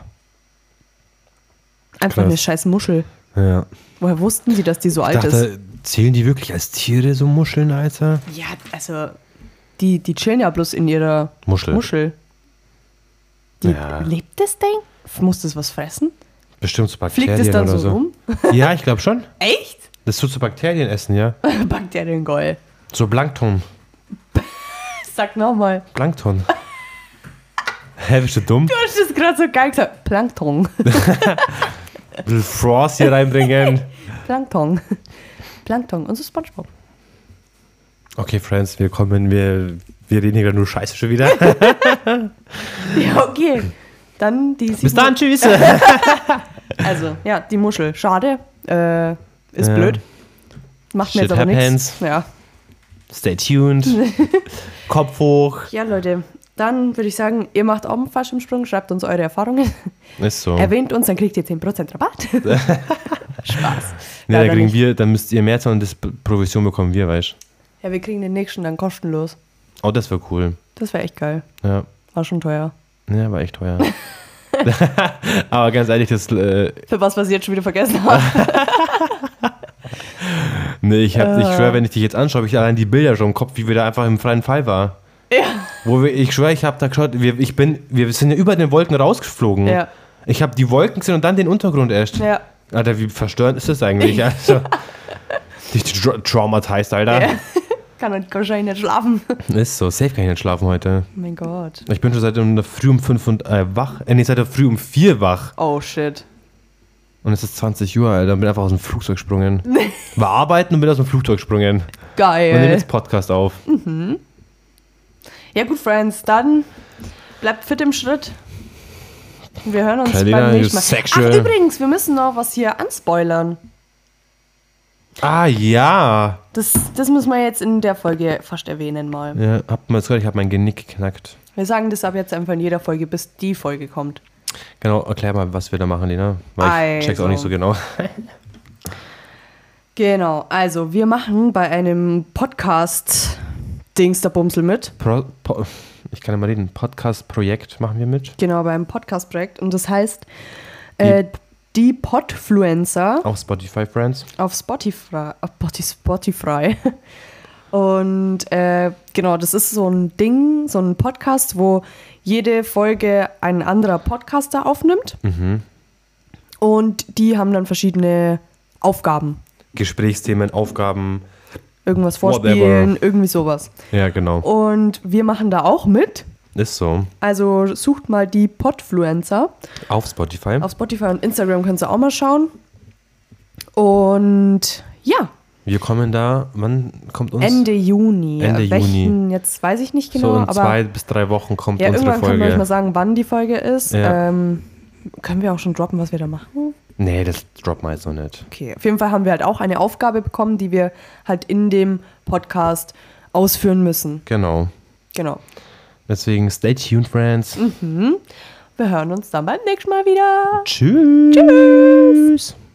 Einfach eine Krass. scheiß Muschel. Ja. Woher wussten sie, dass die so alt ist? Dachte, zählen die wirklich als Tiere so Muscheln, Alter? Ja, also die, die chillen ja bloß in ihrer Muschel. Muschel. Die, Ja. Lebt das Ding? Muss das was fressen? Bestimmt so Bakterien Fliegt es dann oder so so. rum? Ja, ich glaube schon. Echt? Das tut so Bakterien essen, ja. Bakteriengeil. So Plankton. Sag nochmal. Plankton. Hä, bist du dumm? Du hast das gerade so geil gesagt. Plankton. Ein bisschen Frost hier reinbringen. Plankton. Plankton. Und so Spongebob. Okay, Friends, wir kommen, wir, wir reden hier gerade nur Scheiße schon wieder. Ja, okay. Dann die Bis dann, tschüss. Also, ja, die Muschel. Schade. Äh, ist Ja. blöd. Macht mir Shit jetzt aber nichts. happens. Ja. Stay tuned. Kopf hoch. ja, Leute. Dann würde ich sagen, ihr macht auch einen Fallschirmsprung. Schreibt uns eure Erfahrungen. Ist so. Erwähnt uns, dann kriegt ihr 10% Rabatt. Spaß. Ne, Leider da kriegen nicht. wir, dann müsst ihr mehr zahlen und das P- Provision bekommen wir, weißt du. Ja, wir kriegen den nächsten dann kostenlos. Oh, das wäre cool. Das wäre echt geil. Ja. War schon teuer. Ja, war echt teuer. Aber ganz ehrlich, das, äh, Für was, was ich jetzt schon wieder vergessen habe. nee, ich, hab, Äh. ich schwöre, wenn ich dich jetzt anschaue, hab ich allein die Bilder schon im Kopf, wie wir da einfach im freien Fall war. ja. Wo wir, ich schwöre, ich habe da geschaut, wir, ich bin, wir sind ja über den Wolken rausgeflogen. Ja. Ich habe die Wolken gesehen und dann den Untergrund erst. Ja. Alter, wie verstörend ist das eigentlich? Also, dich tra traumatized, Alter. Ja. Kann halt wahrscheinlich nicht schlafen. Ist so, safe kann ich nicht schlafen heute. Oh mein Gott. Ich bin schon seit um der früh um fünf und, äh, wach. Äh, nee, seit der früh um vier wach. Oh shit. Und es ist 20 Uhr, Alter. Bin einfach aus dem Flugzeug gesprungen. War arbeiten und bin aus dem Flugzeug gesprungen. Wir nehmen Geil. jetzt Podcast auf. Ja gut, Friends, dann bleibt fit im Schritt. Und Wir hören uns Carolina, beim nächsten you Mal. sexual. Ach übrigens, wir müssen noch was hier anspoilern. Ah ja. Das, das müssen wir jetzt in der Folge fast erwähnen mal. ja habt mal gehört, ich habe mein Genick geknackt. Wir sagen das ab jetzt einfach in jeder Folge, bis die Folge kommt. Genau, erklär mal, was wir da machen, Lena. Weil ich check's auch Also. nicht so genau. Genau, also wir machen bei einem Podcast Dings der Bumsel mit. Pro, po, ich kann ja mal reden. Podcast-Projekt machen wir mit. Genau, bei einem Podcast-Projekt. Und das heißt äh, Die Podfluencer Auch Spotify Friends. auf Spotify. Auf Spotify- Spotify. Und äh, genau, das ist so ein Ding, so ein Podcast, wo jede Folge ein anderer Podcaster aufnimmt. Und die haben dann verschiedene Aufgaben. Gesprächsthemen, Aufgaben. Irgendwas vorspielen, irgendwie sowas. Ja, Oh. genau. Und wir machen da auch mit. Ist so. Also sucht mal die Podfluencer. Auf Spotify. Auf Spotify und Instagram könnt ihr auch mal schauen. Und ja, wir kommen da. Wann kommt uns? Ende Juni. Ende Welchen, jetzt weiß ich nicht genau, so in aber zwei bis drei Wochen kommt ja, unsere irgendwann können wir euch mal Folge. sagen, wann die Folge ist. Ja. Ähm, können wir auch schon droppen, was wir da machen? Nee, das droppt man jetzt noch nicht. Okay, auf jeden Fall haben wir halt auch eine Aufgabe bekommen, die wir halt in dem Podcast ausführen müssen. Genau. Genau. Deswegen stay tuned, Mhm. friends. Wir hören uns dann beim nächsten Mal wieder. Tschüss. Tschüss.